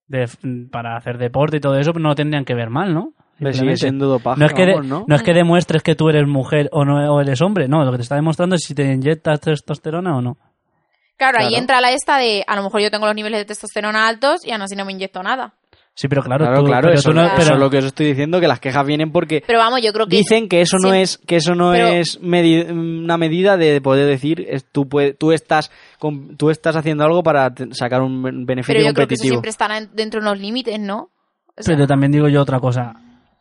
H: de- para hacer deporte y todo eso, pues no lo tendrían que ver mal, ¿no?
I: Pero sigue
H: Simplemente.
I: siendo dopaje,
H: no es, que de-
I: vamos, ¿no?
H: no es que demuestres que tú eres mujer o no o eres hombre, no, lo que te está demostrando es si te inyectas testosterona o no.
G: Claro, ahí
I: Claro.
G: entra la esta de, a lo mejor yo tengo los niveles de testosterona altos y aún así no me inyecto nada.
H: Sí, pero claro,
I: Claro,
H: tú-
I: claro,
H: pero
I: eso,
H: tú no-
I: eso
H: pero-
I: es lo que os estoy diciendo, que las quejas vienen porque
G: Pero vamos, yo creo que...
I: dicen que eso no
G: sí.
I: es que eso no
G: Pero-
I: es medi- una medida de poder decir es- tú pue- tú estás con- tú estás haciendo algo para te- sacar un ben- beneficio
G: pero yo creo que eso
I: competitivo.
G: siempre estará en- dentro de unos límites, ¿no? O sea,
H: Pero también digo yo otra cosa.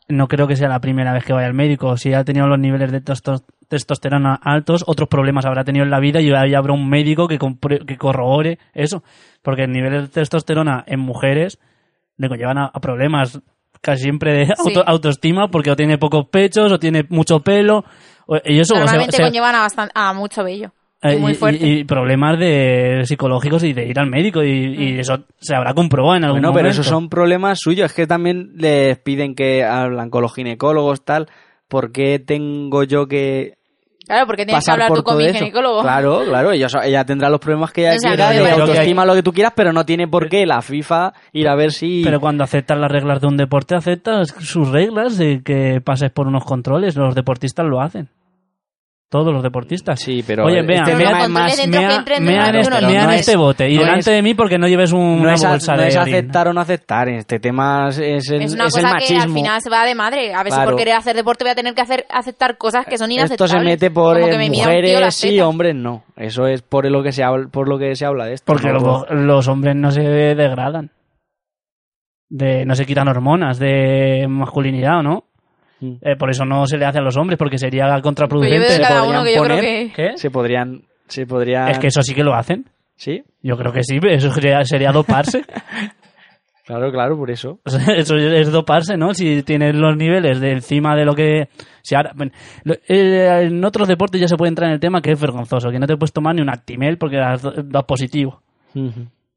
H: No creo que sea la primera vez que vaya al médico. Si ha tenido los niveles de testo- testosterona altos, otros problemas habrá tenido en la vida y ahí habrá un médico que, compre- que corrobore eso. Porque el nivel de testosterona en mujeres le conllevan a, a problemas casi siempre de auto- autoestima porque o tiene pocos pechos o tiene mucho pelo. o- y eso o sea,
G: normalmente
H: se-
G: conllevan a, bastan- a mucho vello.
H: eh,
G: muy
H: y-
G: fuerte.
H: y, y problemas de psicológicos y de ir al médico. Y, y
G: Mm.
H: eso se habrá comprobado en algún
I: Bueno,
H: momento.
I: pero esos son problemas suyos. Es que también les piden que hablan con los ginecólogos, tal. ¿Por qué tengo yo que
G: Claro, porque tienes que
I: pasar
G: hablar
I: por
G: tú con
I: todo
G: mi
I: eso.
G: ginecólogo.
I: Claro, claro, ella, so- ella tendrá los problemas que ella
G: O sea,
I: quiera,
G: no,
I: de
G: yo creo que
I: autoestima, lo que tú quieras, pero no tiene por qué la FIFA ir a ver si...
H: Pero cuando aceptas las reglas de un deporte, aceptas sus reglas de que pases por unos controles. Los deportistas lo hacen. Todos los deportistas.
I: Sí, pero
H: Oye,
I: el-
H: vean,
I: este
G: Pero
I: tema
G: los
I: es más...
G: controles dentro que
H: mea,
G: entren
H: mea en
G: dentro de
H: este,
G: uno,
H: mea
I: no
H: en
I: es-
H: este bote y
I: no
H: delante
I: es-
H: de mí porque no lleves un-
I: No
H: una
I: es, a-
H: bolsa
I: no
H: de
I: es
H: orín.
I: aceptar o no aceptar, en este tema es, es el,
G: Es una
I: es el
G: cosa que
I: machismo.
G: al final se va de madre. A veces
I: Claro.
G: por querer hacer deporte voy a tener que hacer aceptar cosas que son
I: Esto
G: inaceptables.
I: se mete por
G: Como
I: eh,
G: que me mira un tío
I: mujeres
G: las
I: sí,
G: tetas.
I: hombres no. Eso es por lo que se habla, por lo que se habla de esto.
H: Porque
I: ¿no?
H: los, los hombres no se degradan. De, no se quitan hormonas de masculinidad, ¿o ¿no?
I: Mm.
H: Eh, por eso no se le hace a los hombres, porque sería
G: Pues yo
H: contraproducente.
G: veo de
I: se
G: cada
I: podrían
G: uno que yo creo
I: poner.
G: que...
H: ¿Qué?
I: se podrían se podrían
H: ¿eh? Es que eso sí que lo hacen.
I: sí,
H: Yo creo que sí, pero eso sería, sería doparse.
I: claro, claro, por eso.
H: O sea, eso es doparse, ¿no? Si tienes los niveles de encima de lo que... Si ahora, bueno, lo- eh, en otros deportes ya se puede entrar en el tema que es vergonzoso, que no te puedes tomar ni un actimel porque das, das positivo.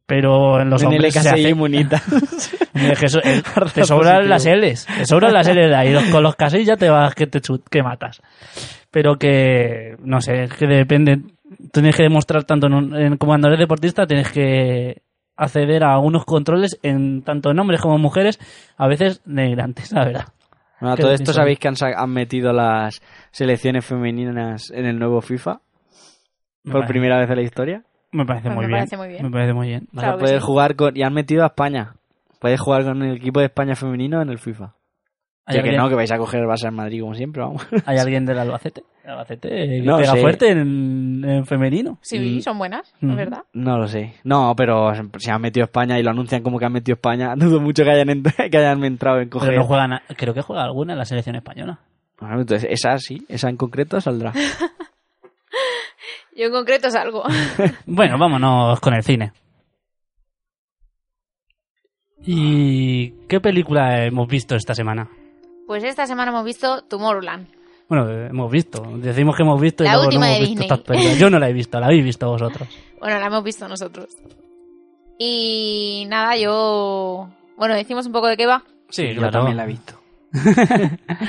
H: Pero en los
I: en el
H: hombres se
I: LKCI
H: hace-
I: inmunita.
H: Es que so- eh, te sobran
I: positivo.
H: las L's, te sobran las L's de ahí, los- con los casillas ya te vas que te chut- que matas. Pero que, no sé, es que depende, tienes que demostrar tanto en un- en- como cuando eres deportista, tienes que acceder a unos controles en tanto en hombres como en mujeres, a veces denigrantes, la verdad.
I: Bueno, a
H: Qué
I: todo esto
H: difícil.
I: sabéis que han, sa- han metido las selecciones femeninas en el nuevo FIFA
H: Me
I: por
H: parece-
I: primera vez en la historia.
H: Me parece,
G: Pues
H: muy,
G: me
H: bien,
G: parece muy bien.
H: Me parece muy bien.
I: Vas
G: Claro
I: a
G: que
I: poder
G: sí.
I: jugar con y han metido a España. Puedes jugar con el equipo de España femenino en el FIFA. Que,
H: ¿Hay,
I: que
H: alguien,
I: no, que vais a coger el Barça en Madrid como siempre, vamos.
H: hay alguien del Albacete? El Albacete eh,
I: No
H: pega
I: sé.
H: fuerte en, en femenino.
G: Sí, son buenas, es
H: Mm.
G: verdad.
I: No lo sé. No, pero se- se han metido a España y lo anuncian como que han metido a España. Dudo mucho que hayan, ent- que hayan entrado en coger.
H: Pero no juegan, a- creo que juega alguna en la selección española.
I: Bueno, entonces, esa sí, esa en concreto saldrá.
G: Yo en concreto salgo.
H: Bueno, vámonos con el cine. ¿Y qué película hemos visto esta semana?
G: Pues esta semana hemos visto Tomorrowland.
H: Bueno, eh, hemos visto. Decimos que hemos visto y
G: La
H: luego
G: última
H: no hemos
G: de
H: visto
G: Disney.
H: estas películas. Yo no la he visto, la habéis visto vosotros.
G: Bueno, la hemos visto nosotros. Y nada, yo... Bueno, decimos un poco de qué va.
H: Sí,
I: Yo también la he visto.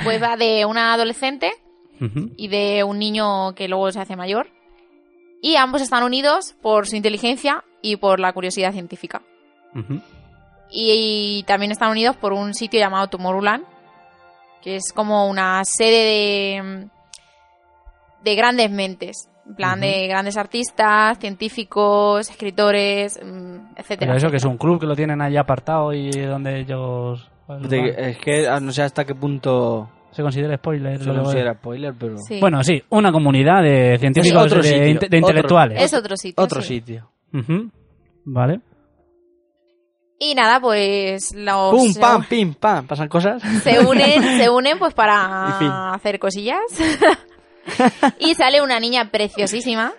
G: Pues va de una adolescente
H: Ujú.
G: y de un niño que luego se hace mayor. Y ambos están unidos por su inteligencia y por la curiosidad científica.
H: Ujú.
G: Y, también están unidos por un sitio llamado Tomorrowland, que es como una sede de, de grandes mentes. En plan, de grandes artistas, científicos, escritores, mm, etcétera.
H: Pero eso que es
G: etcétera.
H: un club que lo tienen ahí apartado y donde ellos... bueno,
I: De- es que ah, no sé hasta qué punto
H: se considera spoiler.
I: se
H: lo que voy a
I: considera spoiler, pero.
G: Sí.
H: Bueno, sí, una comunidad de científicos,
I: otro
H: de,
I: sitio,
H: inte-
I: otro-
H: de intelectuales.
G: Es otro sitio.
I: Otro
G: sí.
I: sitio.
H: Ujú. Vale.
G: Y nada, pues los
I: ¡Pum,
G: se,
I: pam, pim, pam! Pasan cosas.
G: se unen, se unen
I: Y
G: pues
I: fin.
G: para hacer cosillas. y sale una niña preciosísima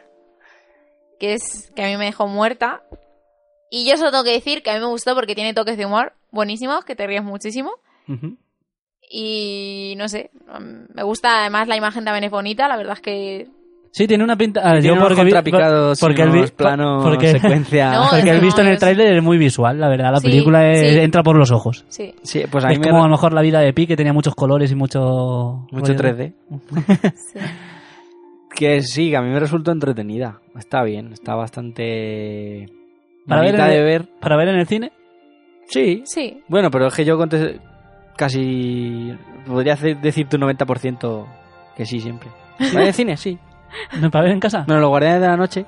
G: que es que a mí me dejó muerta. Y yo solo tengo que decir que a mí me gustó porque tiene toques de humor buenísimos, que te ríes muchísimo.
H: Ujú.
G: Y no sé, mm, me gusta además la imagen también es bonita, la verdad es que...
H: Sí, tiene una pinta. ah,
I: Tiene
H: yo
I: unos
H: porque vi-
I: contrapicados,
H: porque el
I: unos
H: vi-
I: planos,
H: porque,
I: secuencia.
G: No,
H: porque
G: es
H: el visto en el
G: es-
H: tráiler es muy visual, la verdad. La
G: Sí,
H: película es-
G: sí.
H: entra por los ojos.
G: Sí.
I: Sí, pues a mí
H: Es
I: me.
H: como a lo mejor la vida de Pi que tenía muchos colores y mucho
I: Mucho 3D.
G: sí.
I: Que sí, que a mí me resultó entretenida. Está bien, está bastante.
H: Para ver
I: bonita
H: el-
I: de ver.
H: Para ver en el cine.
I: Sí.
G: Sí.
I: Bueno, pero es que yo conté casi. Podría hacer- decirte un 90% que sí, siempre. ¿Para el cine? Sí.
H: ¿No? Para ver en casa.
I: Bueno, los guardianes de la noche.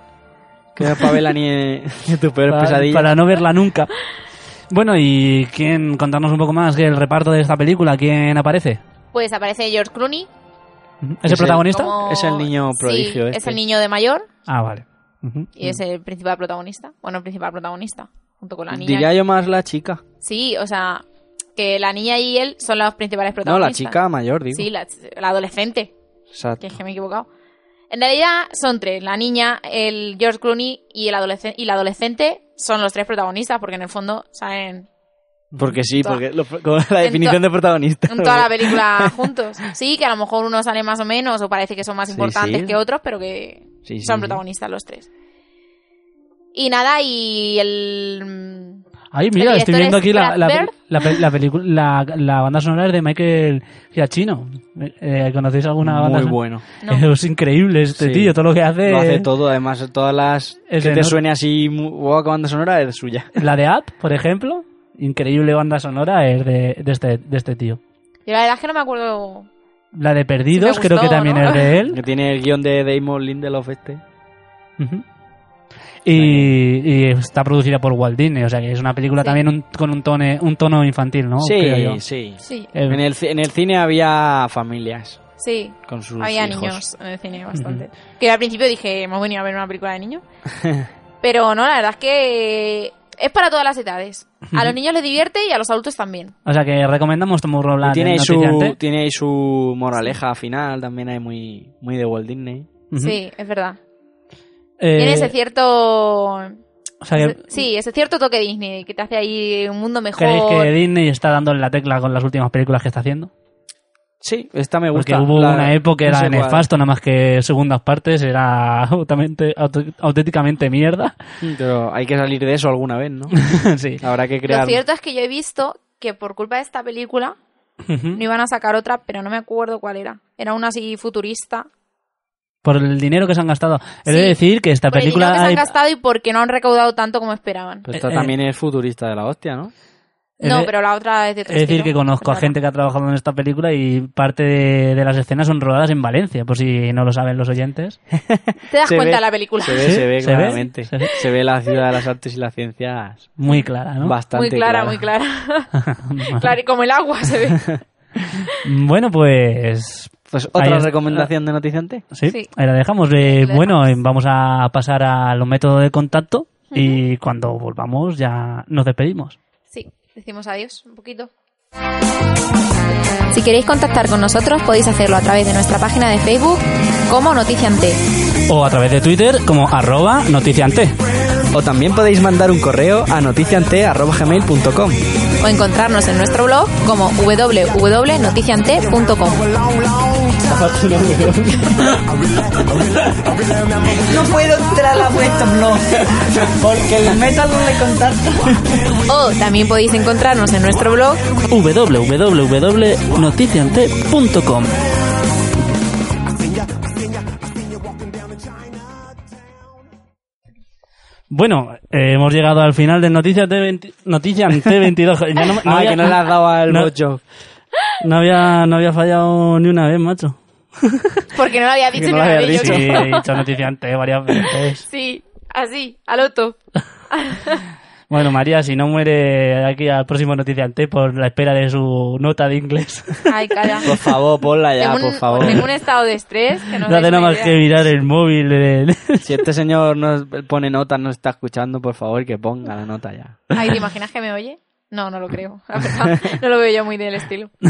I: Que no es para verla ni en ni tu peor
H: para,
I: pesadilla.
H: para no verla nunca. Bueno, y quién contarnos un poco más que el reparto de esta película, quién aparece.
G: Pues aparece George Clooney.
H: Ujú. ¿Es
I: Es
H: el
I: el-
H: protagonista?
G: como-
I: Es el niño
G: Sí,
I: prodigio
G: es
I: este. Mm.
G: el niño de mayor.
H: Ah, vale. Ujú.
G: Y es el principal protagonista. Bueno, el principal protagonista. Junto con la niña.
I: Diría yo más la chica.
G: Sí, o sea, que la niña y él son los principales
I: No, la
G: protagonistas.
I: chica mayor, digo.
G: Sí, la, la adolescente. Que
I: Exacto.
G: es que me he equivocado. En realidad son tres. La niña, el George Clooney y, el adolescente y la adolescente son los tres protagonistas porque en el fondo salen
I: Porque sí,
G: Toda-
I: porque lo- con la
G: en
I: definición
G: to-
I: de protagonista.
G: en toda la película juntos. Sí, que a lo mejor uno sale más o menos o parece que son más
I: Sí,
G: importantes
I: sí.
G: que otros, pero que
I: Sí, sí,
G: son
I: sí.
G: protagonistas los tres. Y nada, y el...
H: Ahí, mira,
G: El
H: estoy
G: director
H: viendo
G: es
H: aquí la,
G: Brad
H: la-
G: Bird.
H: La, pe- la, pelicu- la, la banda sonora es de Michael Giacchino. Eh, ¿Conocéis alguna banda
I: Muy
H: sonora?
I: bueno.
G: No.
H: Es increíble este
I: Sí.
H: tío, todo lo que hace.
I: Lo hace todo, además, todas las
H: Es
I: que
H: de
I: te
H: no-
I: suene así, mu- guau, qué banda sonora es suya.
H: La de App, por ejemplo, increíble banda sonora es de, de este, de este tío.
G: Yo la verdad es que no me acuerdo.
H: La de Perdidos
G: Sí me
H: creo que
G: gustó,
H: también
G: ¿no?
H: es de él.
I: Que tiene el guión de Damon Lindelof este.
H: Ujú. Y, y está producida por Walt Disney, o sea que es una película
G: Sí.
H: también un- con un, tone, un tono infantil, ¿no? Creo
I: sí,
H: yo.
I: sí.
G: Sí,
H: Eh,
I: En el, ci- en el cine había familias
G: sí.
I: con sus
G: Había
I: hijos.
G: niños en el cine bastante. Que al principio dije, hemos venido a ver una película de niños. Pero no, la verdad es que es para todas las edades. A los niños les divierte y a los adultos también.
H: O sea que recomendamos Tomorrowland.
I: Y tiene,
H: en
I: ahí su,
H: Noticiante.
I: tiene ahí su moraleja final, también hay muy, muy de Walt Disney.
H: Ujú.
G: Sí, es verdad.
H: Eh,
G: Tiene ese cierto.
H: o sea que
G: ese- sí, ese cierto toque Disney que te hace ahí un mundo
H: ¿Creéis
G: mejor.
H: que Disney está dando en la tecla con las últimas películas que está haciendo?
I: Sí, esta me
H: Porque
I: gusta.
H: hubo
I: La-
H: una época que
I: no sé
H: era
I: cuál.
H: nefasto, nada más que segundas partes, era absolutamente- aut- auténticamente mierda.
I: Pero hay que salir de eso alguna vez, ¿no?
H: sí.
I: Habrá que
G: Lo
I: crear.
G: cierto es que yo he visto que por culpa de esta película no iban a sacar otra, pero no me acuerdo cuál era. Era una así futurista.
H: Por el dinero que se han gastado. He de
G: Sí,
H: decir que esta
G: Por el
H: película...
G: dinero que se han
H: hay-
G: gastado y porque no han recaudado tanto como esperaban.
I: Pero esta
H: Eh, eh.
I: también es futurista de la hostia, ¿no?
H: he
G: No,
H: de-
G: pero la otra es de otro
H: Es decir,
G: estilo,
H: que conozco a
G: claro.
H: gente que ha trabajado en esta película y parte de, de las escenas son rodadas en Valencia, por si no lo saben los oyentes.
G: Te das
I: Se
G: cuenta
I: ve-
G: de la película.
I: Se ve,
H: ¿Sí?
I: se ve
H: ¿Se ve?
I: claramente.
H: ¿Se
I: Se
H: ve?
I: ve, la ciudad de las artes y las ciencias
H: Muy clara, ¿no?
I: bastante
G: muy clara, muy clara. claro, y como el agua se ve.
H: Bueno, pues...
I: Pues
H: Ahí
I: otra
H: está.
I: recomendación de noticiante.
H: Sí,
G: Sí.
H: ahí la dejamos. Eh,
G: La
H: bueno,
G: dejamos.
H: eh, vamos a pasar a los métodos de contacto y cuando volvamos ya nos despedimos.
G: Sí, decimos adiós un poquito. Si queréis contactar con nosotros podéis hacerlo a través de nuestra página de Facebook como Noticiante.
H: O a través de Twitter como arroba noticiante.
I: O también podéis mandar un correo a noticiante.gmail.com
G: o encontrarnos en nuestro blog como www.noticiante.com.
C: No puedo entrar a vuestro blog porque el metal no le contacta.
G: O también podéis encontrarnos en nuestro blog
H: www.noticiante.com Bueno, eh, hemos llegado al final de Noticias T20 Noticias T22. Yo no,
I: Ah, que no le has dado al
H: no-
I: bocho.
H: no había, no había fallado ni una vez, macho.
G: porque no lo había dicho
I: no lo
G: ni lo
I: había
G: había
I: dicho.
G: dicho.
H: Sí, he dicho Noticias T varias veces.
G: Sí, así, al otro.
H: Bueno, María, si no muere aquí al próximo Noticias T por la espera de su nota de inglés.
G: Ay, cara.
I: Por favor, ponla ya,
G: Tengo un,
I: por favor.
G: tengo un estado de estrés que no,
H: No hace
G: tenéis
H: nada
G: ni
H: más
G: idea.
H: que mirar el móvil. del-
I: Si este señor nos pone notas, nos está escuchando, por favor, que ponga la nota ya.
G: Ay, ¿te imaginas que me oye? No, no lo creo. la verdad. no lo veo yo muy del estilo.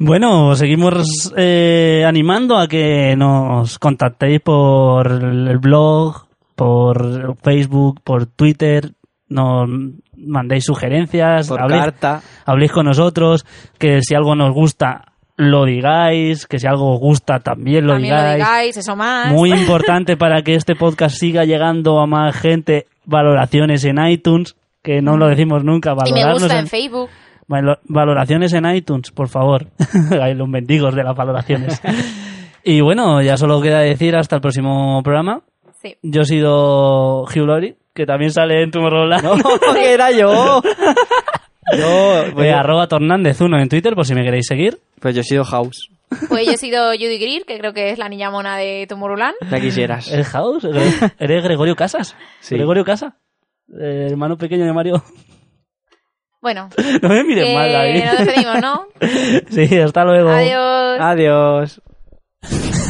H: Bueno, seguimos eh, animando a que nos contactéis por el blog, por Facebook, por Twitter, nos mandéis sugerencias,
I: Por
H: habléis,
I: carta.
H: habléis con nosotros, que si algo nos gusta lo digáis, que si algo os gusta también lo
G: También lo
H: digáis.
G: digáis, eso más.
H: Muy importante para que este podcast siga llegando a más gente, valoraciones en iTunes, que no lo decimos nunca,
G: y me
H: valorarnos
G: gusta
H: en-
G: en Facebook.
H: Valo- Valoraciones en iTunes, por favor. Hay los mendigos de las valoraciones. y bueno, ya solo queda decir hasta el próximo programa.
G: Sí.
H: Yo he sido Hugh Laurie, que también sale en Tomorrowland.
I: No, Oh, que era yo. Yo,
H: Eh,
I: pues,
H: arroba Tornández 1 en Twitter, por si me queréis seguir.
I: pues yo he sido House.
G: Pues yo he sido Judy Greer, que creo que es la niña mona de Tomorrowland.
I: Ya quisieras.
H: ¿Eres House? ¿Eres eres Gregorio Casas?
I: Sí.
H: ¿Gregorio Casa? Eh, hermano pequeño de Mario.
G: Bueno,
H: No me mires
G: que
H: mal, David.
G: nos despedimos, ¿no?
H: sí, hasta luego.
G: Adiós.
I: Adiós.